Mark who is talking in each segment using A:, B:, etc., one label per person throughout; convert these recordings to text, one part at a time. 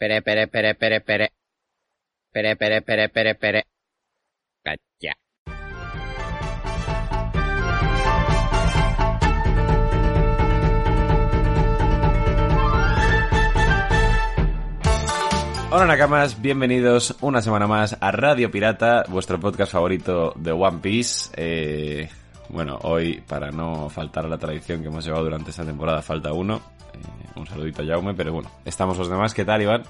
A: Pere, pere, pere, pere, pere. Pere, pere, pere, pere, pere. Cacha.
B: Hola Nakamas, bienvenidos una semana más a Radio Pirata, vuestro podcast favorito de One Piece. Eh, bueno, hoy, para no faltar a la tradición que hemos llevado durante esta temporada, falta uno. Eh, un saludito a Jaume, pero bueno, estamos los demás. ¿Qué tal, Iván?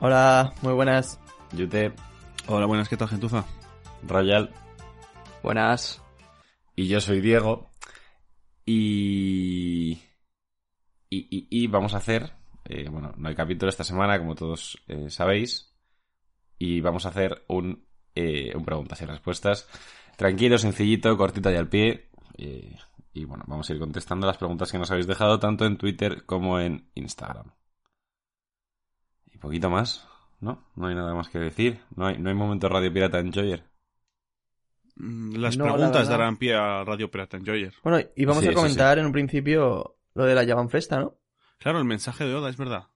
C: Hola, muy buenas.
B: Yute,
D: Hola, buenas, ¿qué tal, gentuza?
B: Royal
C: Buenas.
B: y yo soy Diego. Y... Y, y- y vamos a hacer... eh, bueno, no hay capítulo esta semana, como todos eh, sabéis. Y vamos a hacer un, eh, un preguntas y respuestas. Tranquilo, sencillito, cortito y al pie. eh, y bueno, vamos a ir contestando las preguntas que nos habéis dejado tanto en Twitter como en Instagram. Y poquito más, ¿no? No hay nada más que decir. No hay, no hay momento Radio Pirata en Joyer.
D: Mm, Las
C: No, la
D: preguntas
C: verdad.
D: darán pie a Radio Pirata Enjoyer.
C: Bueno, y vamos
B: Sí,
C: a
B: eso
C: comentar en un principio lo de la Yavan Festa, ¿no?
D: Claro, el mensaje de Oda es verdad.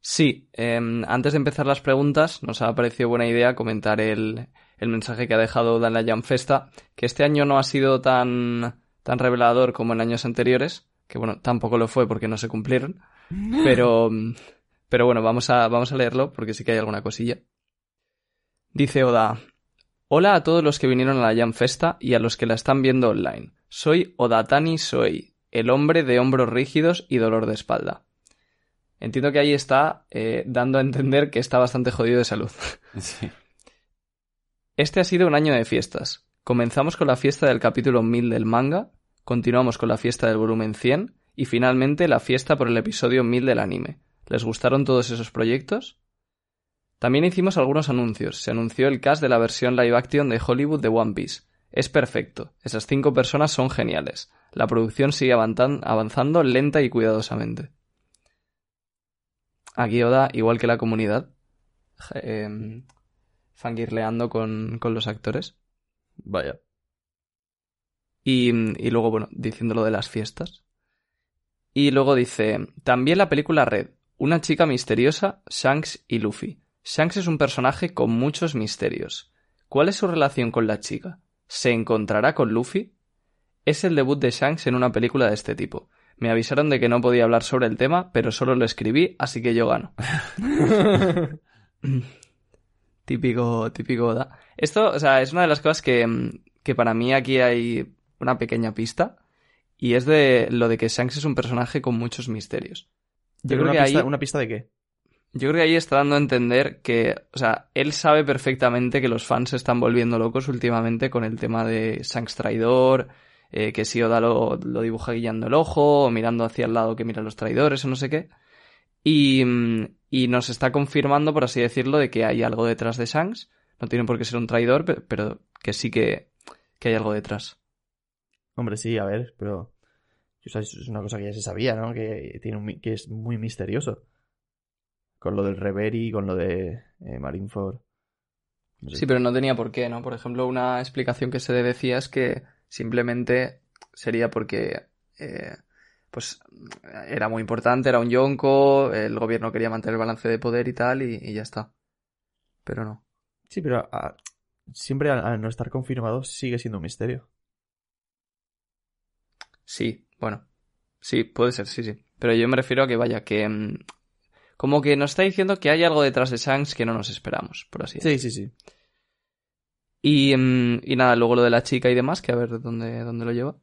E: Sí, eh, antes de empezar las preguntas, nos ha parecido buena idea comentar el, el mensaje que ha dejado Dan la Jam Festa, que este año no ha sido tan, tan revelador como en años anteriores, que bueno, tampoco lo fue porque no se cumplieron, pero, mm, pero bueno, vamos a, vamos a leerlo porque sí que hay alguna cosilla. Dice Oda, Hola a todos los que vinieron a la Jam Festa y a los que la están viendo online. Soy Odatani Soy, el hombre de hombros rígidos y dolor de espalda. Entiendo que ahí está eh, dando a entender que está bastante jodido de salud.
B: Sí.
E: Este ha sido un año de fiestas. Comenzamos con la fiesta del capítulo 1000 del manga, continuamos con la fiesta del volumen 100 y finalmente la fiesta por el episodio 1000 del anime. ¿Les gustaron todos esos proyectos? También hicimos algunos anuncios. Se anunció el cast de la versión live action de Hollywood de One Piece. Es perfecto. Esas cinco personas son geniales. La producción sigue avantan- avanzando lenta y cuidadosamente. Aquí Oda, igual que la comunidad, ja- em, fangirleando con, con los actores.
C: Vaya.
E: Y, y luego, bueno, diciendo lo de las fiestas. Y luego dice, también la película Red, una chica misteriosa, Shanks y Luffy. Shanks es un personaje con muchos misterios. ¿Cuál es su relación con la chica? ¿Se encontrará con Luffy? Es el debut de Shanks en una película de este tipo. Me avisaron de que no podía hablar sobre el tema, pero solo lo escribí, así que yo gano. típico, típico Oda. Esto, o sea, es una de las cosas que, mm, que para mí aquí hay una pequeña pista. Y es de lo de que Shanks es un personaje con muchos misterios. Yo
C: Pero
E: creo
C: una,
E: que
C: pista,
E: ahí-
C: ¿Una pista de qué?
E: Yo creo que ahí está dando a entender que, o sea, él sabe perfectamente que los fans se están volviendo locos últimamente con el tema de Shanks traidor, eh, que si Oda lo, lo dibuja guiando el ojo, o mirando hacia el lado que miran los traidores, o no sé qué. Y, mm, y nos está confirmando, por así decirlo, de que hay algo detrás de Shanks. No tiene por qué ser un traidor, pe- pero, que sí que, que hay algo detrás.
C: Hombre, sí, a ver, pero... o sea, es una cosa que ya se sabía, ¿no? Que, tiene un mi- que es muy misterioso. Con lo del Reverie, con lo de eh, Marineford. No sé.
E: Sí, pero no tenía por qué, ¿no? Por ejemplo, una explicación que se le decía es que simplemente sería porque eh, pues era muy importante, era un yonko, el gobierno quería mantener el balance de poder y tal, y, y ya está. Pero no.
C: Sí, pero a- a- siempre al, al no estar confirmado sigue siendo un misterio.
E: Sí, bueno. Sí, puede ser, sí, sí. Pero yo me refiero a que vaya, que... mm, como que nos está diciendo que hay algo detrás de Shanks que no nos esperamos, por así decirlo.
C: Sí, sí, sí.
E: Y, mm, y nada, luego lo de la chica y demás, que a ver dónde, dónde lo lleva.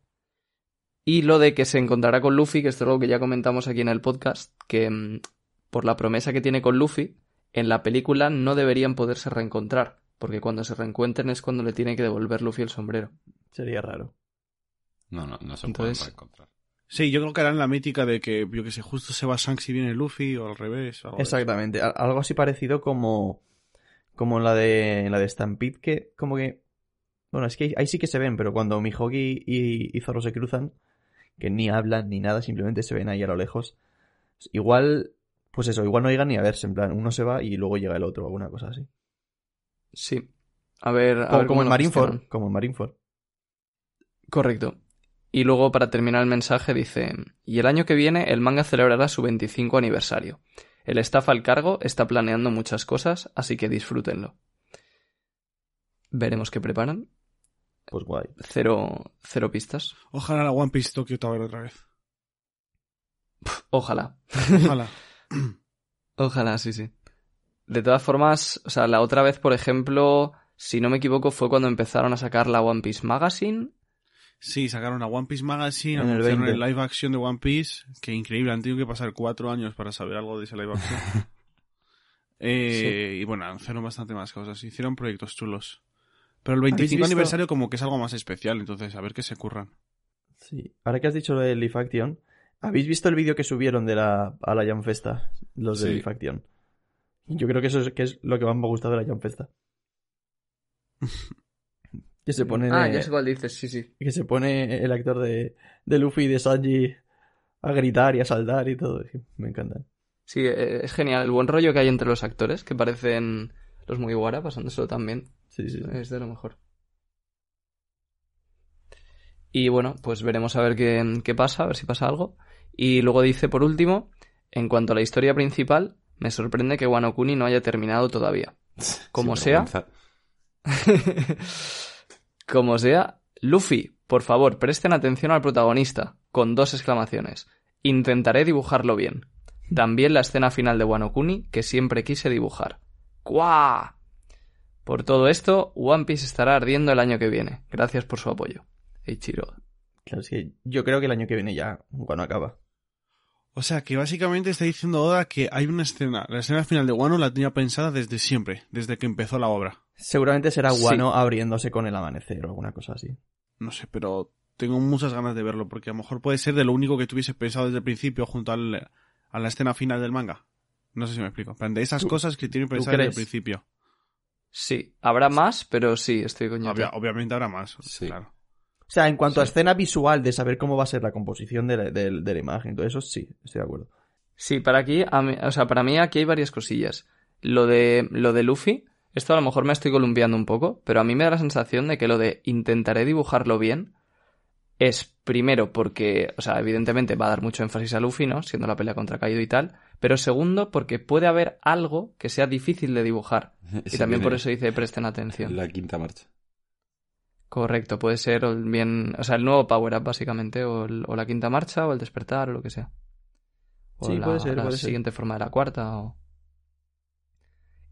E: Y lo de que se encontrará con Luffy, que esto es algo que ya comentamos aquí en el podcast, que mm, por la promesa que tiene con Luffy, en la película no deberían poderse reencontrar, porque cuando se reencuentren es cuando le tiene que devolver Luffy el sombrero.
C: Sería raro.
B: No, no, no se
E: Entonces-
B: pueden reencontrar.
D: Sí, yo creo que harán la mítica de que, yo que sé, justo se va Shanks y viene Luffy o al revés. o algo de eso.
C: Exactamente, al- algo así parecido como como la de la de Stampede que como que bueno, es que ahí, ahí sí que se ven, pero cuando Mihogi y, y Zorro se cruzan, que ni hablan ni nada, simplemente se ven ahí a lo lejos. Igual pues eso, igual no llegan ni a verse, en plan, uno se va y luego llega el otro, alguna cosa así.
E: Sí. A ver, a
C: Como, como
E: ver cómo
C: en
E: lo
C: Marineford,
E: gestionan.
C: como en Marineford.
E: Correcto. Y luego, para terminar el mensaje, dice: Y el año que viene, el manga celebrará su 25 aniversario. El staff al cargo está planeando muchas cosas, así que disfrútenlo. Veremos qué preparan.
C: Pues guay.
E: Cero, cero pistas.
D: Ojalá la One Piece Tokyo Tower otra vez.
E: Ojalá.
D: Ojalá.
E: Ojalá, sí, sí. De todas formas, o sea, la otra vez, por ejemplo, si no me equivoco, fue cuando empezaron a sacar la One Piece Magazine.
D: Sí, sacaron a One Piece Magazine,
C: En el
D: anunciaron
C: 20.
D: el live action de One Piece. Que increíble, han tenido que pasar cuatro años para saber algo de ese live action. Eh, Y bueno, anunciaron bastante más cosas. Hicieron proyectos chulos. Pero el 25
E: visto?
D: aniversario como que es algo más especial, entonces a ver qué se curran.
C: Sí. Ahora que has dicho lo de Leaf Action, ¿habéis visto el vídeo que subieron de la, a la Jam Festa? Los de
D: Sí.
C: Leaf Action. Yo creo que eso es, que es lo que más me ha gustado de la Jam Festa. que se pone
E: Ah, ya sé cuál dices, sí, sí.
C: que se pone el actor de, de Luffy y de Sanji a gritar y a saltar y todo. Es que Me encantan.
E: Sí, eh, es genial. El buen rollo que hay entre los actores, que parecen los Mugiwara, pasándoselo también.
C: Sí, sí. sí.
E: Es de lo mejor. Y bueno, pues veremos a ver qué, qué pasa, a ver si pasa algo. Y luego dice, por último, en cuanto a la historia principal, me sorprende que Wano Kuni no haya terminado todavía. Como
B: Sin
E: sea.
B: vergüenza.
E: Como sea, Luffy, por favor, presten atención al protagonista, con dos exclamaciones. Intentaré dibujarlo bien. También la escena final de Wano Kuni, que siempre quise dibujar. ¡Cuá! Por todo esto, One Piece estará ardiendo el año que viene. Gracias por su apoyo. Eiichiro.
C: Claro, es que yo creo que el año que viene ya, cuando acaba.
D: O sea que básicamente está diciendo Oda que hay una escena, la escena final de Wano la tenía pensada desde siempre, desde que empezó la obra.
C: Seguramente será
E: Sí.
C: Guano abriéndose con el amanecer o alguna cosa así.
D: No sé, pero tengo muchas ganas de verlo, porque a lo mejor puede ser de lo único que tuviese pensado desde el principio junto al- a la escena final del manga. No sé si me explico. En plan, De esas
C: ¿Tú-
D: cosas que tienen
C: tú
D: pensadas desde el
C: crees?
D: principio.
E: Sí, habrá más, pero sí, estoy coño.
D: Obvia- obviamente habrá más.
B: Sí.
D: Claro.
C: O sea, en cuanto a
E: Sí.
C: escena visual de saber cómo va a ser la composición de la, del- de la imagen, todo eso sí, estoy de acuerdo.
E: Sí, para aquí, a mí- o sea, para mí aquí hay varias cosillas. Lo de, lo de Luffy, esto a lo mejor me estoy columpiando un poco, pero a mí me da la sensación de que lo de intentaré dibujarlo bien es primero porque, o sea, evidentemente va a dar mucho énfasis a Luffy, ¿no? Siendo la pelea contra Kaido y tal, pero segundo porque puede haber algo que sea difícil de dibujar. Y
B: Se
E: también
B: viene
E: por eso dice presten atención.
B: La quinta marcha.
E: Correcto, puede ser o el bien, o sea, el nuevo Power Up básicamente, o, el- o la quinta marcha, o el despertar, o lo que sea. O
C: Sí,
E: la,
C: puede ser,
E: la
C: puede ser.
E: siguiente forma de la cuarta. o-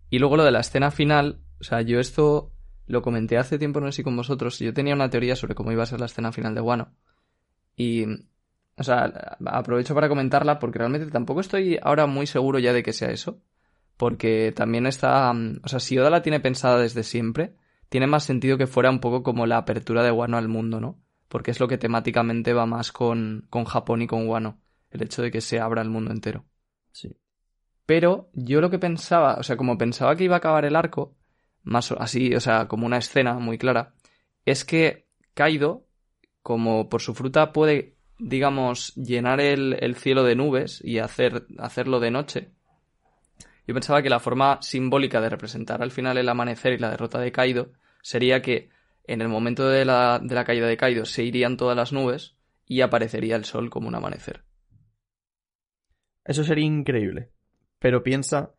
E: Y luego lo de la escena final, o sea, yo esto lo comenté hace tiempo, no sé si con vosotros, yo tenía una teoría sobre cómo iba a ser la escena final de Wano. Y, o sea, aprovecho para comentarla porque realmente tampoco estoy ahora muy seguro ya de que sea eso. Porque también está, mm, o sea, si Oda la tiene pensada desde siempre, tiene más sentido que fuera un poco como la apertura de Wano al mundo, ¿no? Porque es lo que temáticamente va más con, con Japón y con Wano, el hecho de que se abra el mundo entero.
C: Sí.
E: Pero yo lo que pensaba, o sea, como pensaba que iba a acabar el arco, más o- así, o sea, como una escena muy clara, es que Kaido, como por su fruta puede, digamos, llenar el, el cielo de nubes y hacer, hacerlo de noche, yo pensaba que la forma simbólica de representar al final el amanecer y la derrota de Kaido sería que en el momento de la, de la caída de Kaido se irían todas las nubes y aparecería el sol como un amanecer.
C: Eso sería increíble. Pero piensa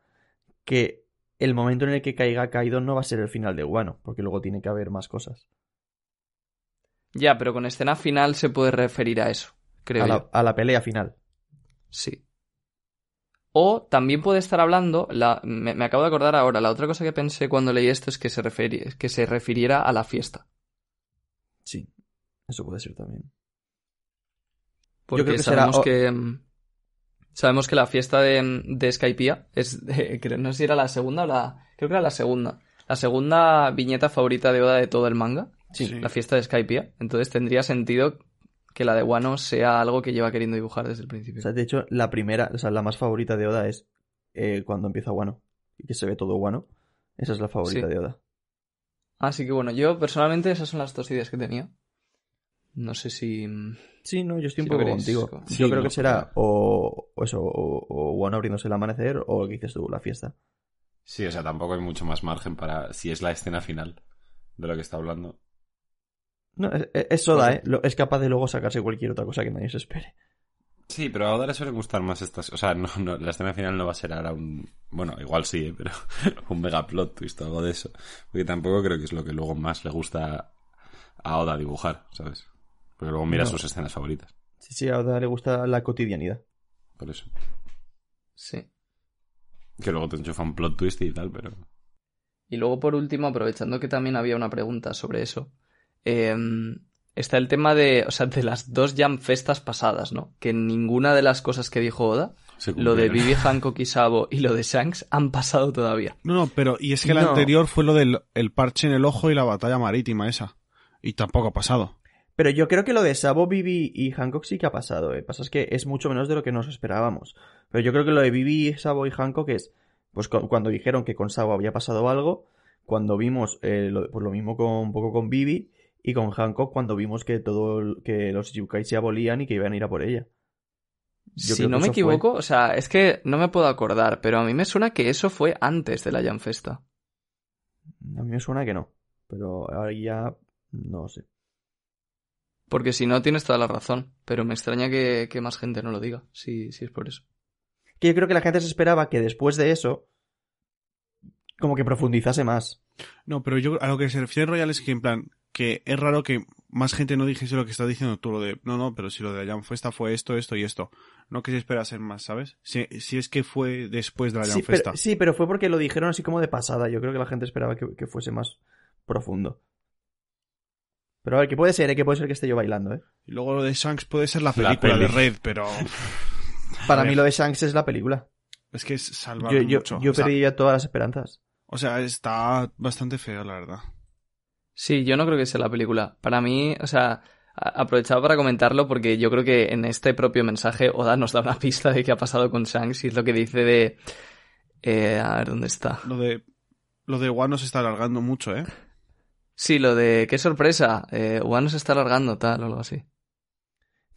C: que el momento en el que caiga Kaido no va a ser el final de Guano, porque luego tiene que haber más cosas.
E: Ya, pero con escena final se puede referir a eso, creo
C: A
E: yo.
C: la, a la pelea final.
E: Sí. O también puede estar hablando, la, me, me acabo de acordar ahora, la otra cosa que pensé cuando leí esto es que se, referi- que se refiriera a la fiesta.
C: Sí. Eso puede ser también.
E: Porque
C: creo que será
E: sabemos
C: o-
E: que mm, sabemos que la fiesta de, de Skypiea es de- creo- no sé si era la segunda o la creo que era la segunda. La segunda viñeta favorita de Oda de todo el manga,
C: Sí.
E: la fiesta de Skypiea. Entonces tendría sentido que la de Wano sea algo que lleva queriendo dibujar desde el
C: O
E: principio.
C: sea, de hecho, la primera, o sea, la más favorita de Oda es eh, cuando empieza Guano. Y que se ve todo Guano. Esa es la favorita
E: Sí.
C: de Oda.
E: Así que bueno, yo personalmente esas son las dos ideas que tenía. No sé si mm,
C: Sí, no, yo estoy un
E: Sí, lo
C: poco
E: veréis.
C: contigo.
E: Sí,
C: yo creo
B: no,
C: que será
B: claro.
C: o, o eso, o, o Guano abriéndose el amanecer, o lo que dices tú, la fiesta.
B: Sí, o sea, tampoco hay mucho más margen para si es la escena final de lo que está hablando.
C: No, es, es- es Soda,
E: Vale. Pues
C: ¿eh? Lo- Es capaz de luego sacarse cualquier otra cosa que nadie se espere.
B: Sí, pero ahora le suelen gustar más estas. O sea, no, no, la escena final no va a ser ahora un. Bueno, igual sí, ¿eh? pero un mega plot twist o algo de eso. Porque tampoco creo que es lo que luego más le gusta a Oda dibujar, ¿sabes? Porque luego mira
C: No.
B: sus escenas favoritas.
C: Sí, sí, a Oda le gusta la cotidianidad.
B: Por eso.
E: Sí.
B: Que luego te enchufa un plot twist y tal, pero.
E: Y luego, por último, aprovechando que también había una pregunta sobre eso, em, está el tema de, o sea, de las dos Jam Festas pasadas, ¿no? Que ninguna de las cosas que dijo Oda,
B: se
E: lo de
B: cumplieron.
E: Vivi Hancock y Sabo y lo de Shanks, han pasado todavía.
D: No, no, pero y es que la
C: No.
D: anterior fue lo del el parche en el ojo y la batalla marítima esa. Y tampoco ha pasado.
C: Pero yo creo que lo de Sabo, Vivi y Hancock sí que ha pasado. ¿eh? Pasa es que es mucho menos de lo que nos esperábamos. Pero yo creo que lo de Vivi, Sabo y Hancock es, pues cu- cuando dijeron que con Sabo había pasado algo, cuando vimos eh, lo, pues, lo mismo con, un poco con Vivi y con Hancock cuando vimos que todo el- que los yukai se abolían y que iban a ir a por ella. Yo
E: si
C: creo
E: no
C: que eso
E: me
C: fue.
E: equivoco, o sea, es que no me puedo acordar, pero a mí me suena que eso fue antes de la Jam Festa.
C: A mí me suena que no, pero ahora ya no sé.
E: Porque si no, tienes toda la razón. Pero me extraña que, que más gente no lo diga, si, si es por eso.
C: Que yo creo que la gente se esperaba que después de eso como que profundizase más.
D: No, pero yo a lo que se refiere Royal es que en plan, que es raro que más gente no dijese lo que estás diciendo tú, lo de, no, no, pero si lo de la Jam Festa fue esto, esto y esto. No que se espera ser más, ¿sabes? Si, si es que fue después de la Jam
C: Sí
D: Festa.
C: pero, sí, pero fue porque lo dijeron así como de pasada. Yo creo que la gente esperaba que, que fuese más profundo. Pero a ver, que puede ser, ¿eh? que puede ser que esté yo bailando, ¿eh?
D: Y luego lo de Shanks puede ser la
B: La
D: película de
B: peli.
D: Red, pero
C: Para
D: A
C: mí
D: ver.
C: lo de Shanks es la película.
D: es que es salvar
C: Yo, yo,
D: mucho.
C: yo
D: o, sea,
C: perdí ya todas las esperanzas.
D: o sea, está bastante feo, la verdad.
E: Sí, yo no creo que sea la película. Para mí, o sea, a- aprovechaba para comentarlo porque yo creo que en este propio mensaje Oda nos da una pista de qué ha pasado con Shanks y es lo que dice de... eh, a ver, ¿dónde está?
D: Lo de, lo de Wano se está alargando mucho, ¿eh?
E: Sí, lo de qué sorpresa, eh, Wano se está alargando, tal, o algo así.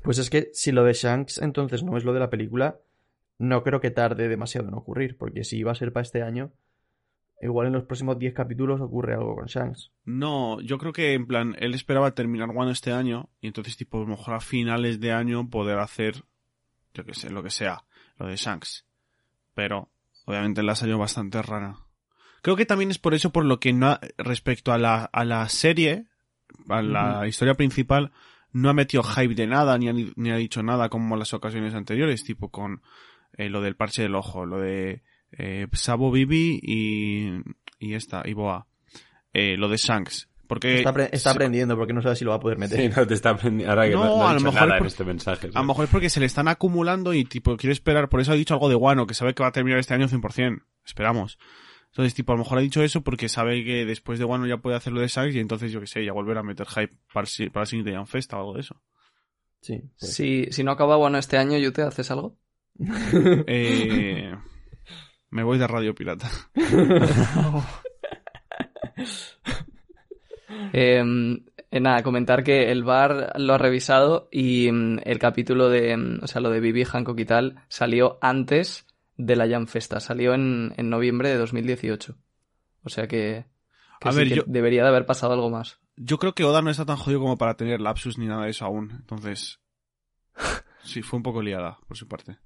C: Pues es que si lo de Shanks entonces no es lo de la película, no creo que tarde demasiado en ocurrir, porque si iba a ser para este año, igual en los próximos 10 capítulos ocurre algo con Shanks.
D: No, yo creo que en plan, él esperaba terminar Wano este año y entonces tipo a lo mejor a finales de año poder hacer, yo que sé, lo que sea, lo de Shanks. Pero obviamente la salió bastante rara. Creo que también es por eso por lo que no ha- respecto a la, a la serie, a la historia principal, no ha metido hype de nada ni ha, ni ha dicho nada como las ocasiones anteriores, tipo con eh, lo del parche del ojo, lo de eh, Sabo Bibi y, y esta, y Boa. Eh, lo de Shanks. Porque
C: Está, apre- está
D: se-
C: aprendiendo porque no sabe si lo va a poder meter.
B: Sí, no te está aprendiendo. Ahora que no,
D: No,
B: no he
D: a lo
B: dicho
D: mejor
B: nada en
D: por-
B: este mensaje.
D: a lo
B: ¿sabes?
D: mejor es porque se le están acumulando y tipo quiere esperar. Por eso ha dicho algo de Guano, que sabe que va a terminar este año 100%. Esperamos. Entonces, tipo, a lo mejor ha dicho eso porque sabe que después de Guano ya puede hacer lo de Shanks y entonces, yo que sé, ya volver a meter hype para, el si- para el siguiente Jam Festa o algo de eso.
C: Sí, pues.
E: Si, si no acaba Wano este año, ¿yo te haces algo?
D: Eh, me voy de Radio Pirata.
E: Em, eh, nada, comentar que el bar lo ha revisado y mm, el capítulo de, mm, o sea, lo de Vivi Hancock y tal salió antes de la Jam Festa, salió en, en noviembre de 2018. O sea que, que
D: A
E: sí
D: ver,
E: que
D: yo-
E: debería de haber pasado algo más.
D: Yo creo que Oda no está tan jodido como para tener lapsus ni nada de eso aún. Entonces, sí, fue un poco liada por su parte.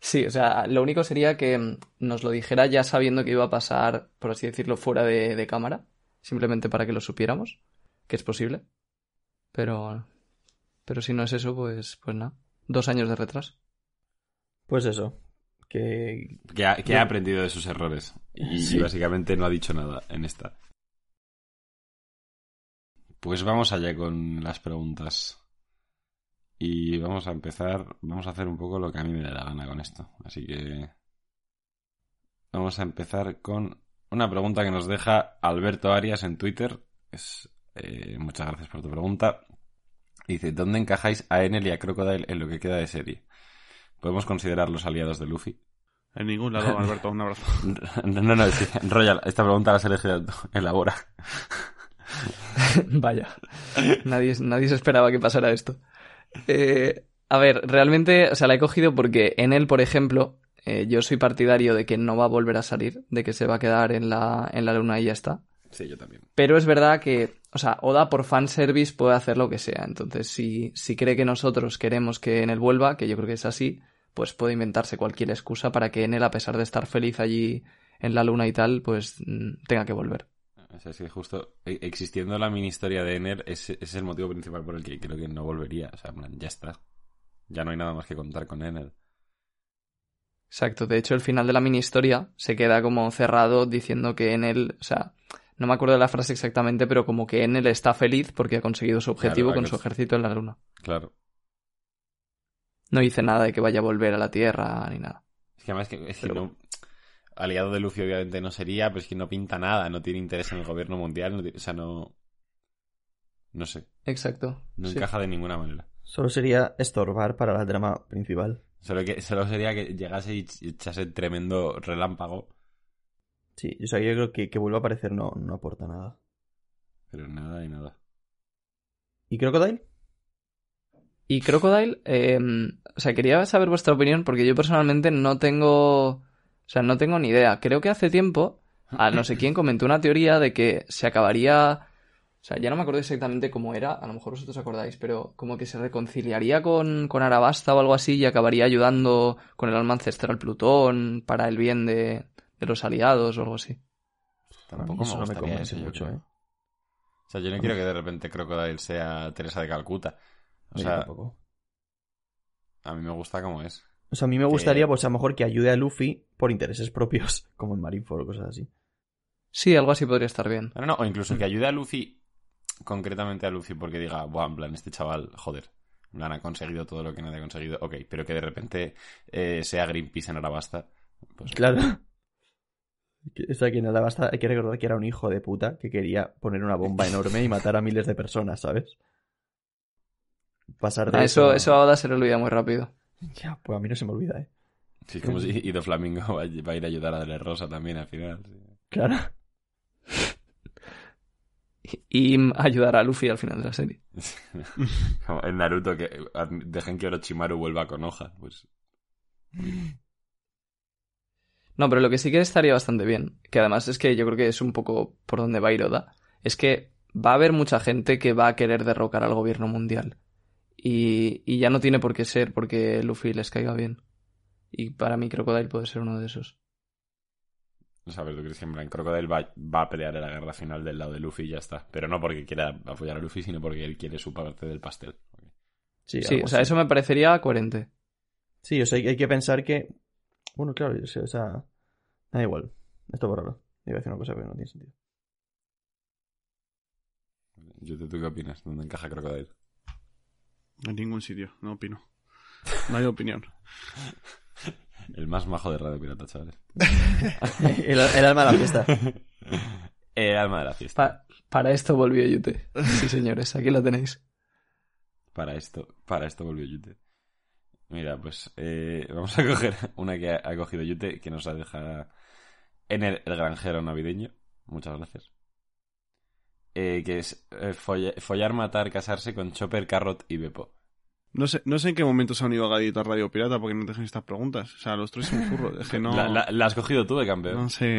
E: Sí, o sea, lo único sería que mm, nos lo dijera ya sabiendo que iba a pasar, por así decirlo, fuera de, de cámara, simplemente para que lo supiéramos, que es posible. Pero, pero si no es eso, pues, pues nada, dos años de retraso.
C: Pues eso. Que
B: Que ha, que ha aprendido de sus errores. Y, y
C: Sí.
B: básicamente no ha dicho nada en esta. Pues vamos allá con las preguntas. Y vamos a empezar. Vamos a hacer un poco lo que a mí me da la gana con esto. Así que. Vamos a empezar con una pregunta que nos deja Alberto Arias en Twitter. Es, eh, muchas gracias por tu pregunta. Dice: ¿Dónde encajáis a Enel y a Crocodile en lo que queda de serie? ¿Podemos considerarlos aliados de Luffy?
D: En ningún lado, Alberto, un abrazo.
B: No, no, no, sí. Royal, esta pregunta la has elegido tú. Elabora.
E: Vaya, nadie, nadie se esperaba que pasara esto. Eh, a ver, realmente, o sea, la he cogido porque en él, por ejemplo, eh, yo soy partidario de que no va a volver a salir, de que se va a quedar en la, en la luna y ya está.
B: Sí, yo también.
E: Pero es verdad que o sea, Oda por fanservice puede hacer lo que sea. Entonces, si, si cree que nosotros queremos que Enel vuelva, que yo creo que es así, pues puede inventarse cualquier excusa para que Enel, a pesar de estar feliz allí en la luna y tal, pues mm, tenga que volver.
B: O sea, es que justo eh, existiendo la mini historia de Ener es, es el motivo principal por el que creo que no volvería. O sea, en plan, ya está. Ya no hay nada más que contar con Ener.
E: Exacto, de hecho el final de la mini historia se queda como cerrado diciendo que en él, o sea, no me acuerdo de la frase exactamente, pero como que en él está feliz porque ha conseguido su objetivo
B: ha
E: con su
B: cons-
E: ejército en la luna.
B: Claro.
E: No dice nada de que vaya a volver a la Tierra ni nada.
B: Es que además que, es que
E: Pero-
B: no- aliado de Luffy obviamente no sería, pero es que no pinta nada, no tiene interés en el gobierno mundial, no tiene- o sea, no... No sé,
E: Exacto.
B: no
E: sí.
B: encaja de ninguna manera.
C: Solo sería estorbar para la trama principal.
B: Solo, que, solo sería que llegase y ch- echase tremendo relámpago,
C: Sí, o sea, yo creo que que vuelva a aparecer no, no aporta nada.
B: pero nada y nada.
C: ¿Y Crocodile?
E: Y Crocodile, eh, o sea, quería saber vuestra opinión porque yo personalmente no tengo, o sea, no tengo ni idea. Creo que hace tiempo a no sé quién comentó una teoría de que se acabaría, o sea, ya no me acuerdo exactamente cómo era, a lo mejor vosotros acordáis, pero como que se reconciliaría con, con Arabasta o algo así y acabaría ayudando con el alma ancestral Plutón para el bien de, de los aliados o algo así.
B: Tampoco me
C: eso no me
B: gustaría
C: convence
B: eso, yo
C: mucho,
B: creo.
C: ¿eh?
B: O sea, yo no quiero que de repente Crocodile sea Teresa de Calcuta. O
C: Yo
B: sea,
C: tampoco.
B: a mí me gusta como es.
C: O sea, a mí me gustaría, pues a lo mejor que ayude a Luffy por intereses propios, como en Marineford o cosas así.
E: Sí, algo así podría estar bien.
B: No, no, no, o incluso que ayude a Luffy, concretamente a Luffy, porque diga, buah, en plan, este chaval, joder, en plan, ha conseguido todo lo que nadie ha conseguido, ok, pero que de repente eh, sea Greenpeace en Arabasta, pues
C: Claro. Que- O sea, que nada, basta, hay que recordar que era un hijo de puta que quería poner una bomba enorme y matar a miles de personas, ¿sabes? Pasar de
E: Ah, eso,
C: a-
E: eso a Oda se le olvida muy rápido.
C: Ya, pues a mí no se me olvida, ¿eh?
B: sí, como si Ido Flamingo va, a- va a ir a ayudar a Dele Rosa también al final. sí.
C: Claro.
E: Y, y ayudar a Luffy al final de la serie.
B: Como en Naruto, que eh, adm- dejen que Orochimaru vuelva con hoja, pues
E: No, pero lo que sí que estaría bastante bien, que además es que yo creo que es un poco por donde va Iroda, es que va a haber mucha gente que va a querer derrocar al gobierno mundial. Y, y ya no tiene por qué ser porque Luffy les caiga bien. Y para mí Crocodile puede ser uno de esos.
B: no sabes lo que es, en plan, Crocodile va, va a pelear en la guerra final del lado de Luffy y ya está, pero no porque quiera apoyar a Luffy, sino porque él quiere su parte del pastel.
C: Sí,
E: Sí,
C: algo
E: o sea,
C: así.
E: eso me parecería coherente.
C: Sí, o sea, hay- hay que pensar que. Bueno, claro, o sea, o sea, da igual. Esto por ahora. Iba a decir una cosa, pero no tiene sentido.
B: Yo, ¿Tú qué opinas? ¿Dónde encaja Crocodile?
D: En ningún sitio, no opino. No hay opinión.
B: El más majo de Radio Pirata, chavales.
C: El, el alma de la fiesta.
B: El Eh, alma de la fiesta.
E: Pa- para esto volvió Yute. Sí, señores, aquí lo tenéis.
B: Para esto, para esto volvió Yute. Mira, pues eh, vamos a coger una que ha, ha cogido Yute, que nos la deja en el, el granjero navideño. Muchas gracias. Eh, que es eh, folla- follar, matar, casarse con Chopper, Carrot y Beppo.
D: No sé, no sé en qué momento se han ido a Gadita Radio Pirata porque no te dejan estas preguntas. O sea, los tres son furros. Es que no.
B: La, la- la has cogido tú de campeón.
D: No sé.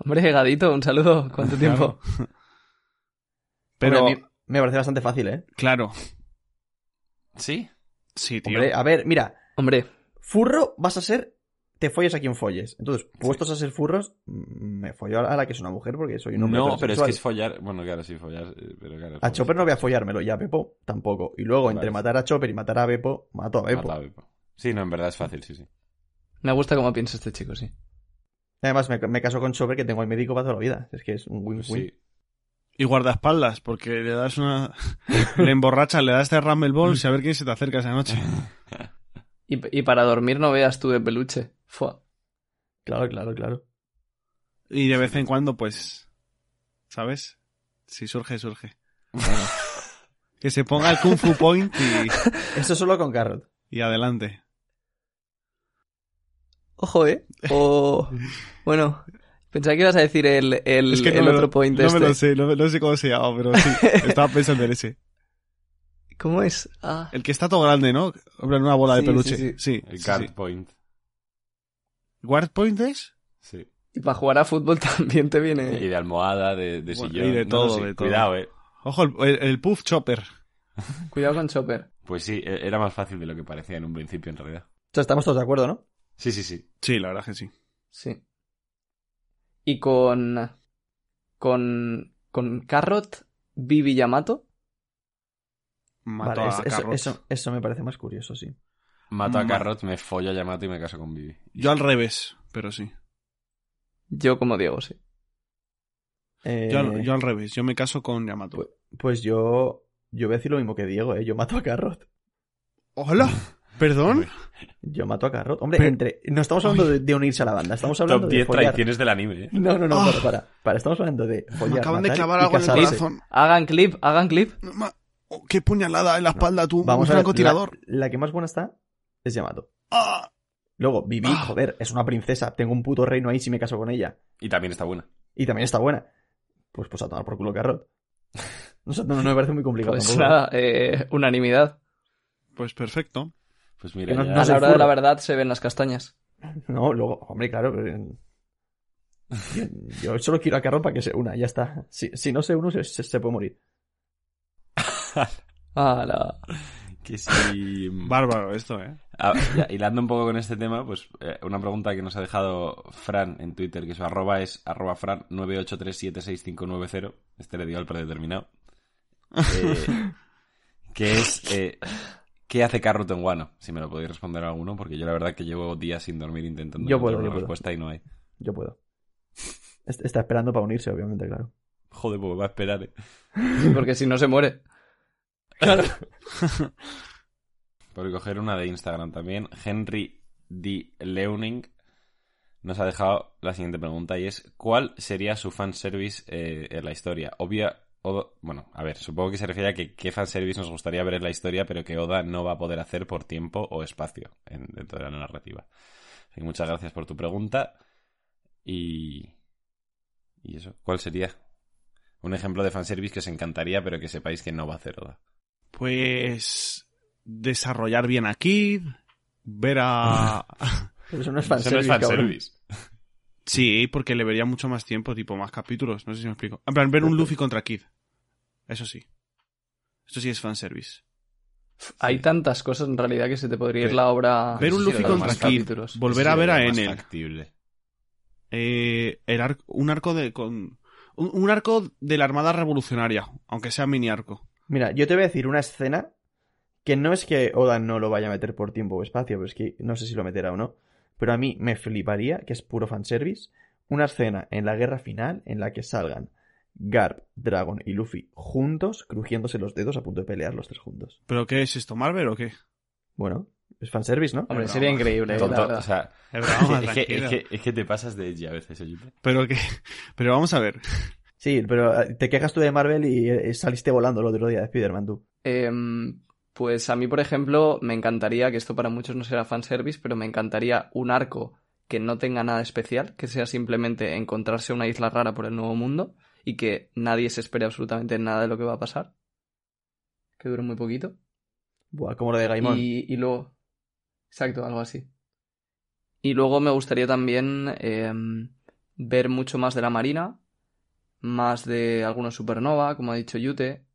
E: Hombre, Gadito, un saludo. ¿Cuánto tiempo?
D: Pero,
C: Hombre, a mí me parece bastante fácil, ¿eh?
D: claro.
B: ¿Sí?
D: Sí, tío.
C: Hombre, a ver, mira.
E: Hombre,
C: Furro vas a ser. Te folles a quien folles. Entonces, puestos a ser furros, mm, me follo a la que es una mujer porque soy un hombre.
B: No, pero es que es
C: heterosexual.
B: follar. Bueno, claro, sí, follar. eh, Pero claro,
C: A Chopper no voy a follármelo y a Beppo tampoco. Y luego, entre
B: Vale.
C: matar a Chopper y matar a Beppo, mato a Beppo.
B: Mata a Beppo. Sí, no, en verdad es fácil, sí, sí.
E: me gusta cómo piensa este chico, sí.
C: Además, me, me caso con Chopper que tengo al médico para toda la vida. Es que es un win-win.
B: Pues sí.
D: Y guardaespaldas, porque le das una. le emborrachas, le das este Rumble Balls y a ver quién se te acerca esa noche.
E: Y, y para dormir no veas tú de peluche. Fua.
C: Claro, claro, claro.
D: Y de vez en cuando, pues. ¿Sabes? Si surge, surge. que se ponga el Kung Fu Point y,
C: Eso solo con Carrot.
D: y adelante.
E: Ojo, ¿eh? O... Bueno, pensaba que ibas a decir el, el,
D: es que no
E: el
D: me
E: otro
D: lo,
E: point
D: no
E: este.
D: me lo sé, no, me- no sé cómo se llama, pero sí. Estaba pensando en ese.
E: ¿Cómo es? Ah,
D: El que está todo grande, ¿no? Hombre, en una bola
E: Sí,
D: de peluche.
E: sí,
D: Sí. sí,
B: El
D: sí.
B: Guard Point.
D: ¿Guard Point es?
B: Sí.
E: Y para jugar a fútbol también te viene.
B: Y de almohada, de, de
D: Bueno,
B: sillón.
D: y de
B: No,
D: todo,
B: sí,
D: de todo.
B: Cuidado, eh.
D: Ojo, el, el- el Puff Chopper.
E: Cuidado con Chopper.
B: Pues sí, e- era más fácil de lo que parecía en un principio, en realidad.
C: O sea, estamos todos de acuerdo, ¿no?
B: Sí, sí, sí.
D: Sí, la verdad que sí.
E: Sí. Y con. Con. Con Carrot, Bibi Yamato.
D: Mató
C: vale,
D: a
C: es- eso,
D: Carrot.
C: eso, eso me parece más curioso, sí.
B: Mato a
D: Ma-
B: Carrot, me follo a Yamato y me caso con Vivi.
D: Yo al revés, pero sí.
E: Yo como Diego, sí.
C: Eh,
D: Yo, al- yo al revés. Yo me caso con Yamato.
C: Pues yo, yo voy a decir lo mismo que Diego, ¿eh? Yo mato a Carrot.
D: ¡Hola!
C: mm.
D: ¿Perdón?
C: Yo mato a Carrot. Hombre,
D: Pero-
C: entre... no estamos hablando de, de unirse a la banda, estamos hablando
B: Top
C: de
B: 10
C: follar.
B: traiciones del anime, eh.
C: No, no, no,
D: Ah.
C: para, para, para. Estamos hablando de follar,
D: Me acaban de
C: matar
D: clavar
C: y
D: algo en el
C: casarse.
D: corazón.
E: Hagan clip, hagan clip.
D: Ma- oh, ¡Qué puñalada en la espalda tú!
C: Vamos
D: un
C: a ver,
D: francotirador.
C: La, la que más buena está es Yamato.
D: ¡Ah!
C: Luego, Vivi,
D: Ah.
C: joder, es una princesa. Tengo un puto reino ahí si me caso con ella.
B: Y también está buena.
C: Y también está buena. Pues, pues a tomar por culo Carrot. No, sé, no, no me parece muy complicado.
E: Pues
C: tampoco.
E: nada, eh, unanimidad.
D: Pues perfecto.
B: Pues mira,
C: Que no-
B: ya-
C: no
E: A
C: soy
E: la hora de
C: furro.
E: la verdad se ven las castañas.
C: No, luego, hombre, claro. pero- Yo, yo solo quiero a Carrot para que se una, ya está. Si, si no se uno, se, se- se puede morir.
E: Ala.
B: que si... mm,
D: Bárbaro esto, ¿eh?
B: Ah, ya, hilando un poco con este tema, pues eh, una pregunta que nos ha dejado Fran en Twitter, que su arroba es arroba Fran 983765590. Este le dio al predeterminado. Eh, que es, eh, ¿qué hace Carrot en Guano? Si me lo podéis responder alguno, porque yo la verdad que llevo días sin dormir intentando
C: Yo
B: encontrar
C: puedo,
B: una
C: yo puedo.
B: respuesta y no hay.
C: Yo puedo. Est- Está esperando para unirse, obviamente, claro.
B: Joder, pues va a esperar. eh.
E: Sí, porque si no se muere.
B: Por coger una de Instagram también, Henry D. Leuning nos ha dejado la siguiente pregunta y es ¿cuál sería su fanservice eh, en la historia? Obvia, Oda- bueno, a ver, supongo que se refiere a que qué fanservice nos gustaría ver en la historia, pero que Oda no va a poder hacer por tiempo o espacio en- dentro de la narrativa. Así que muchas gracias por tu pregunta y... ¿Y eso? ¿Cuál sería? Un ejemplo de fanservice que os encantaría, pero que sepáis que no va a hacer Oda.
D: Pues desarrollar bien a Kid, ver a...
C: Pero eso no es
B: Eso no
C: fanservice.
B: es
C: cabrón.
B: fanservice.
D: sí, porque le vería mucho más tiempo, tipo más capítulos, no sé si me explico. En plan, ver un Luffy contra Kid. Eso sí. Esto sí es fanservice.
E: Hay tantas cosas en realidad que se te podría ir la obra.
D: Ver un
E: Sí,
D: Luffy
E: los
D: contra
E: demás
D: Kid,
E: capítulos.
D: volver a
B: Eso
D: ver
B: sería
D: a
B: lo más
D: Enel,
B: factible.
D: eh, el arco, un arco de... Con, un, un arco de la Armada Revolucionaria, aunque sea mini arco.
C: Mira, yo te voy a decir una escena que no es que Oda no lo vaya a meter por tiempo o espacio, pero es que no sé si lo meterá o no. Pero a mí me fliparía, que es puro fanservice, una escena en la guerra final en la que salgan Garp, Dragon y Luffy juntos, crujiéndose los dedos a punto de pelear los tres juntos.
D: ¿Pero qué es esto, Marvel o qué?
C: Bueno, es fanservice, ¿no?
E: Hombre, sería increíble, eh, la
B: Tonto,
E: verdad.
B: o sea,
D: Es broma,
B: es, que,
D: Ah, tranquilo.
B: es que- es que te pasas de edgy a veces, oye.
D: Pero que... Pero vamos a ver.
C: Sí, pero eh, te quejas tú de Marvel y eh, saliste volando el otro día de Spider-Man, tú.
E: Em, pues a mí, por ejemplo, me encantaría, que esto para muchos no será fanservice, pero me encantaría un arco que no tenga nada especial, que sea simplemente encontrarse una isla rara por el nuevo mundo y que nadie se espere absolutamente nada de lo que va a pasar. Que dure muy poquito.
C: Buah, como lo de Gaimon.
E: Y, y luego. Exacto, algo así. Y luego me gustaría también eh, ver mucho más de la Marina, más de algunos supernova, como ha dicho Yute.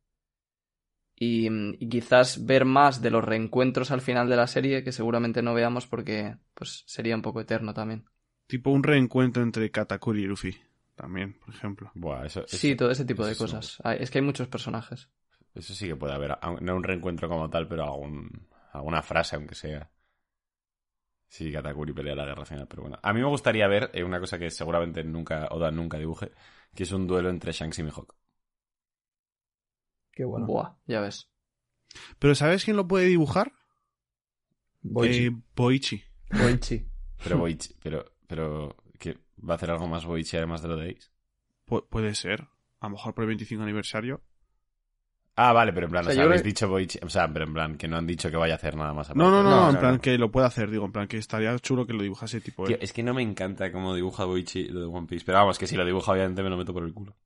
E: Y, em, y quizás ver más de los reencuentros al final de la serie, que seguramente no veamos porque pues sería un poco eterno también.
D: Tipo un reencuentro entre Katakuri y Luffy. También, por ejemplo.
B: Buah, eso, eso-
E: Sí, todo ese tipo
B: eso
E: de
B: es un-
E: cosas. Hay- Es que hay muchos personajes.
B: eso sí que puede haber, aun- no un reencuentro como tal, pero algún, alguna frase, aunque sea. Sí, Katakuri pelea la guerra final, pero bueno. A mí me gustaría ver eh, una cosa que seguramente nunca, Oda nunca dibuje, que es un duelo entre Shanks y Mihawk.
C: Qué bueno.
E: Buah, ya ves.
D: Pero ¿sabes quién lo puede dibujar?
C: Boichi.
D: Eh, Boichi.
E: Boichi.
B: Pero Boichi, pero, pero, que va a hacer algo más Boichi además de lo de Ace.
D: Pu- puede ser. A lo mejor por el 25 aniversario.
B: Ah, vale, pero en plan,
E: O
B: o
E: sea,
B: sea,
E: yo
B: habéis
E: creo-
B: dicho Boichi, o sea, pero en plan, que no han dicho que vaya a hacer nada más.
D: No, no, no,
B: aparte.
D: en plan que lo puede hacer, digo, en plan que estaría chulo que lo dibujase tipo
B: Tío,
D: él.
B: es que no me encanta cómo dibuja Boichi lo de One Piece. Pero vamos, que si lo dibuja, obviamente me lo meto por el culo.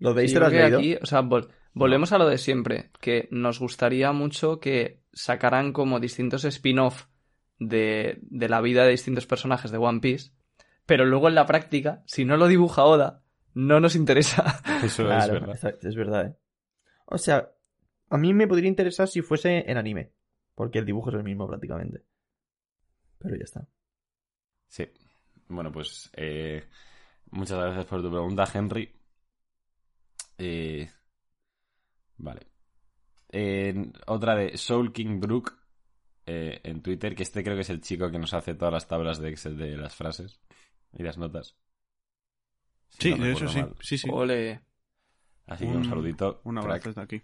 C: ¿Lo de
E: Sí,
C: Easter
E: yo
C: has
E: creo que
C: leído?
E: aquí, o sea, vol- volvemos a lo de siempre, que nos gustaría mucho que sacaran como distintos spin-off de, de la vida de distintos personajes de One Piece, pero luego en la práctica, si no lo dibuja Oda, no nos interesa.
B: Eso es
C: Claro,
B: verdad.
C: está- es verdad, ¿eh? O sea, a mí me podría interesar si fuese en anime, porque el dibujo es el mismo prácticamente. Pero ya está.
B: Sí. Bueno, pues eh, muchas gracias por tu pregunta, Henry. Eh, vale. En- otra de Soul King Brook eh, en Twitter, que este creo que es el chico que nos hace todas las tablas de Excel de las frases y las notas. Si
D: Sí,
B: no
D: de eso
B: recuerdo
D: sí.
B: mal.
D: Sí, sí.
E: Ole.
B: Así que un
D: Un-
B: saludito.
D: Un
B: crack.
D: abrazo desde aquí.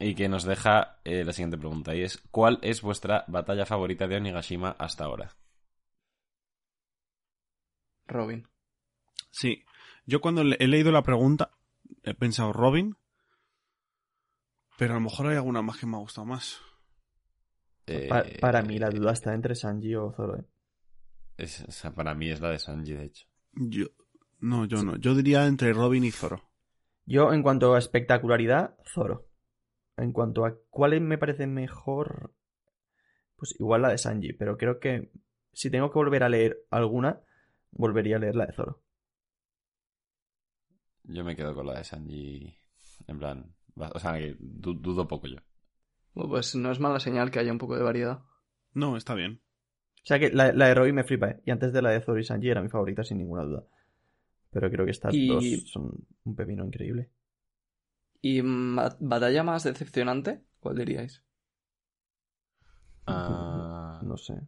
B: Y que nos deja eh, la siguiente pregunta, y es ¿cuál es vuestra batalla favorita de Onigashima hasta ahora?
E: Robin.
D: Sí. Yo cuando le- he leído la pregunta he pensado Robin, pero a lo mejor hay alguna más que me ha gustado más.
C: Pues Pa-
B: Eh,
C: para mí la duda está entre Sanji o Zoro. ¿eh?
B: es- o sea, para mí es la de Sanji, de hecho.
D: Yo no, yo no. Yo diría entre Robin y Zoro.
C: Yo, en cuanto a espectacularidad, Zoro. En cuanto a cuál me parece mejor, pues igual la de Sanji, pero creo que si tengo que volver a leer alguna, volvería a leer la de Zoro.
B: Yo me quedo con la de Sanji. En plan. va- O sea, que du- dudo poco yo.
E: Bueno, Pues no es mala señal que haya un poco de variedad.
D: No, está bien.
C: O sea que la, la de Robin me flipa, ¿eh? Y antes de la de Zoro y Sanji era mi favorita, sin ninguna duda. Pero creo que estas
E: Y-
C: dos son un pepino increíble.
E: ¿Y mm, ba- batalla más decepcionante? ¿Cuál diríais?
B: Ah,
C: No sé.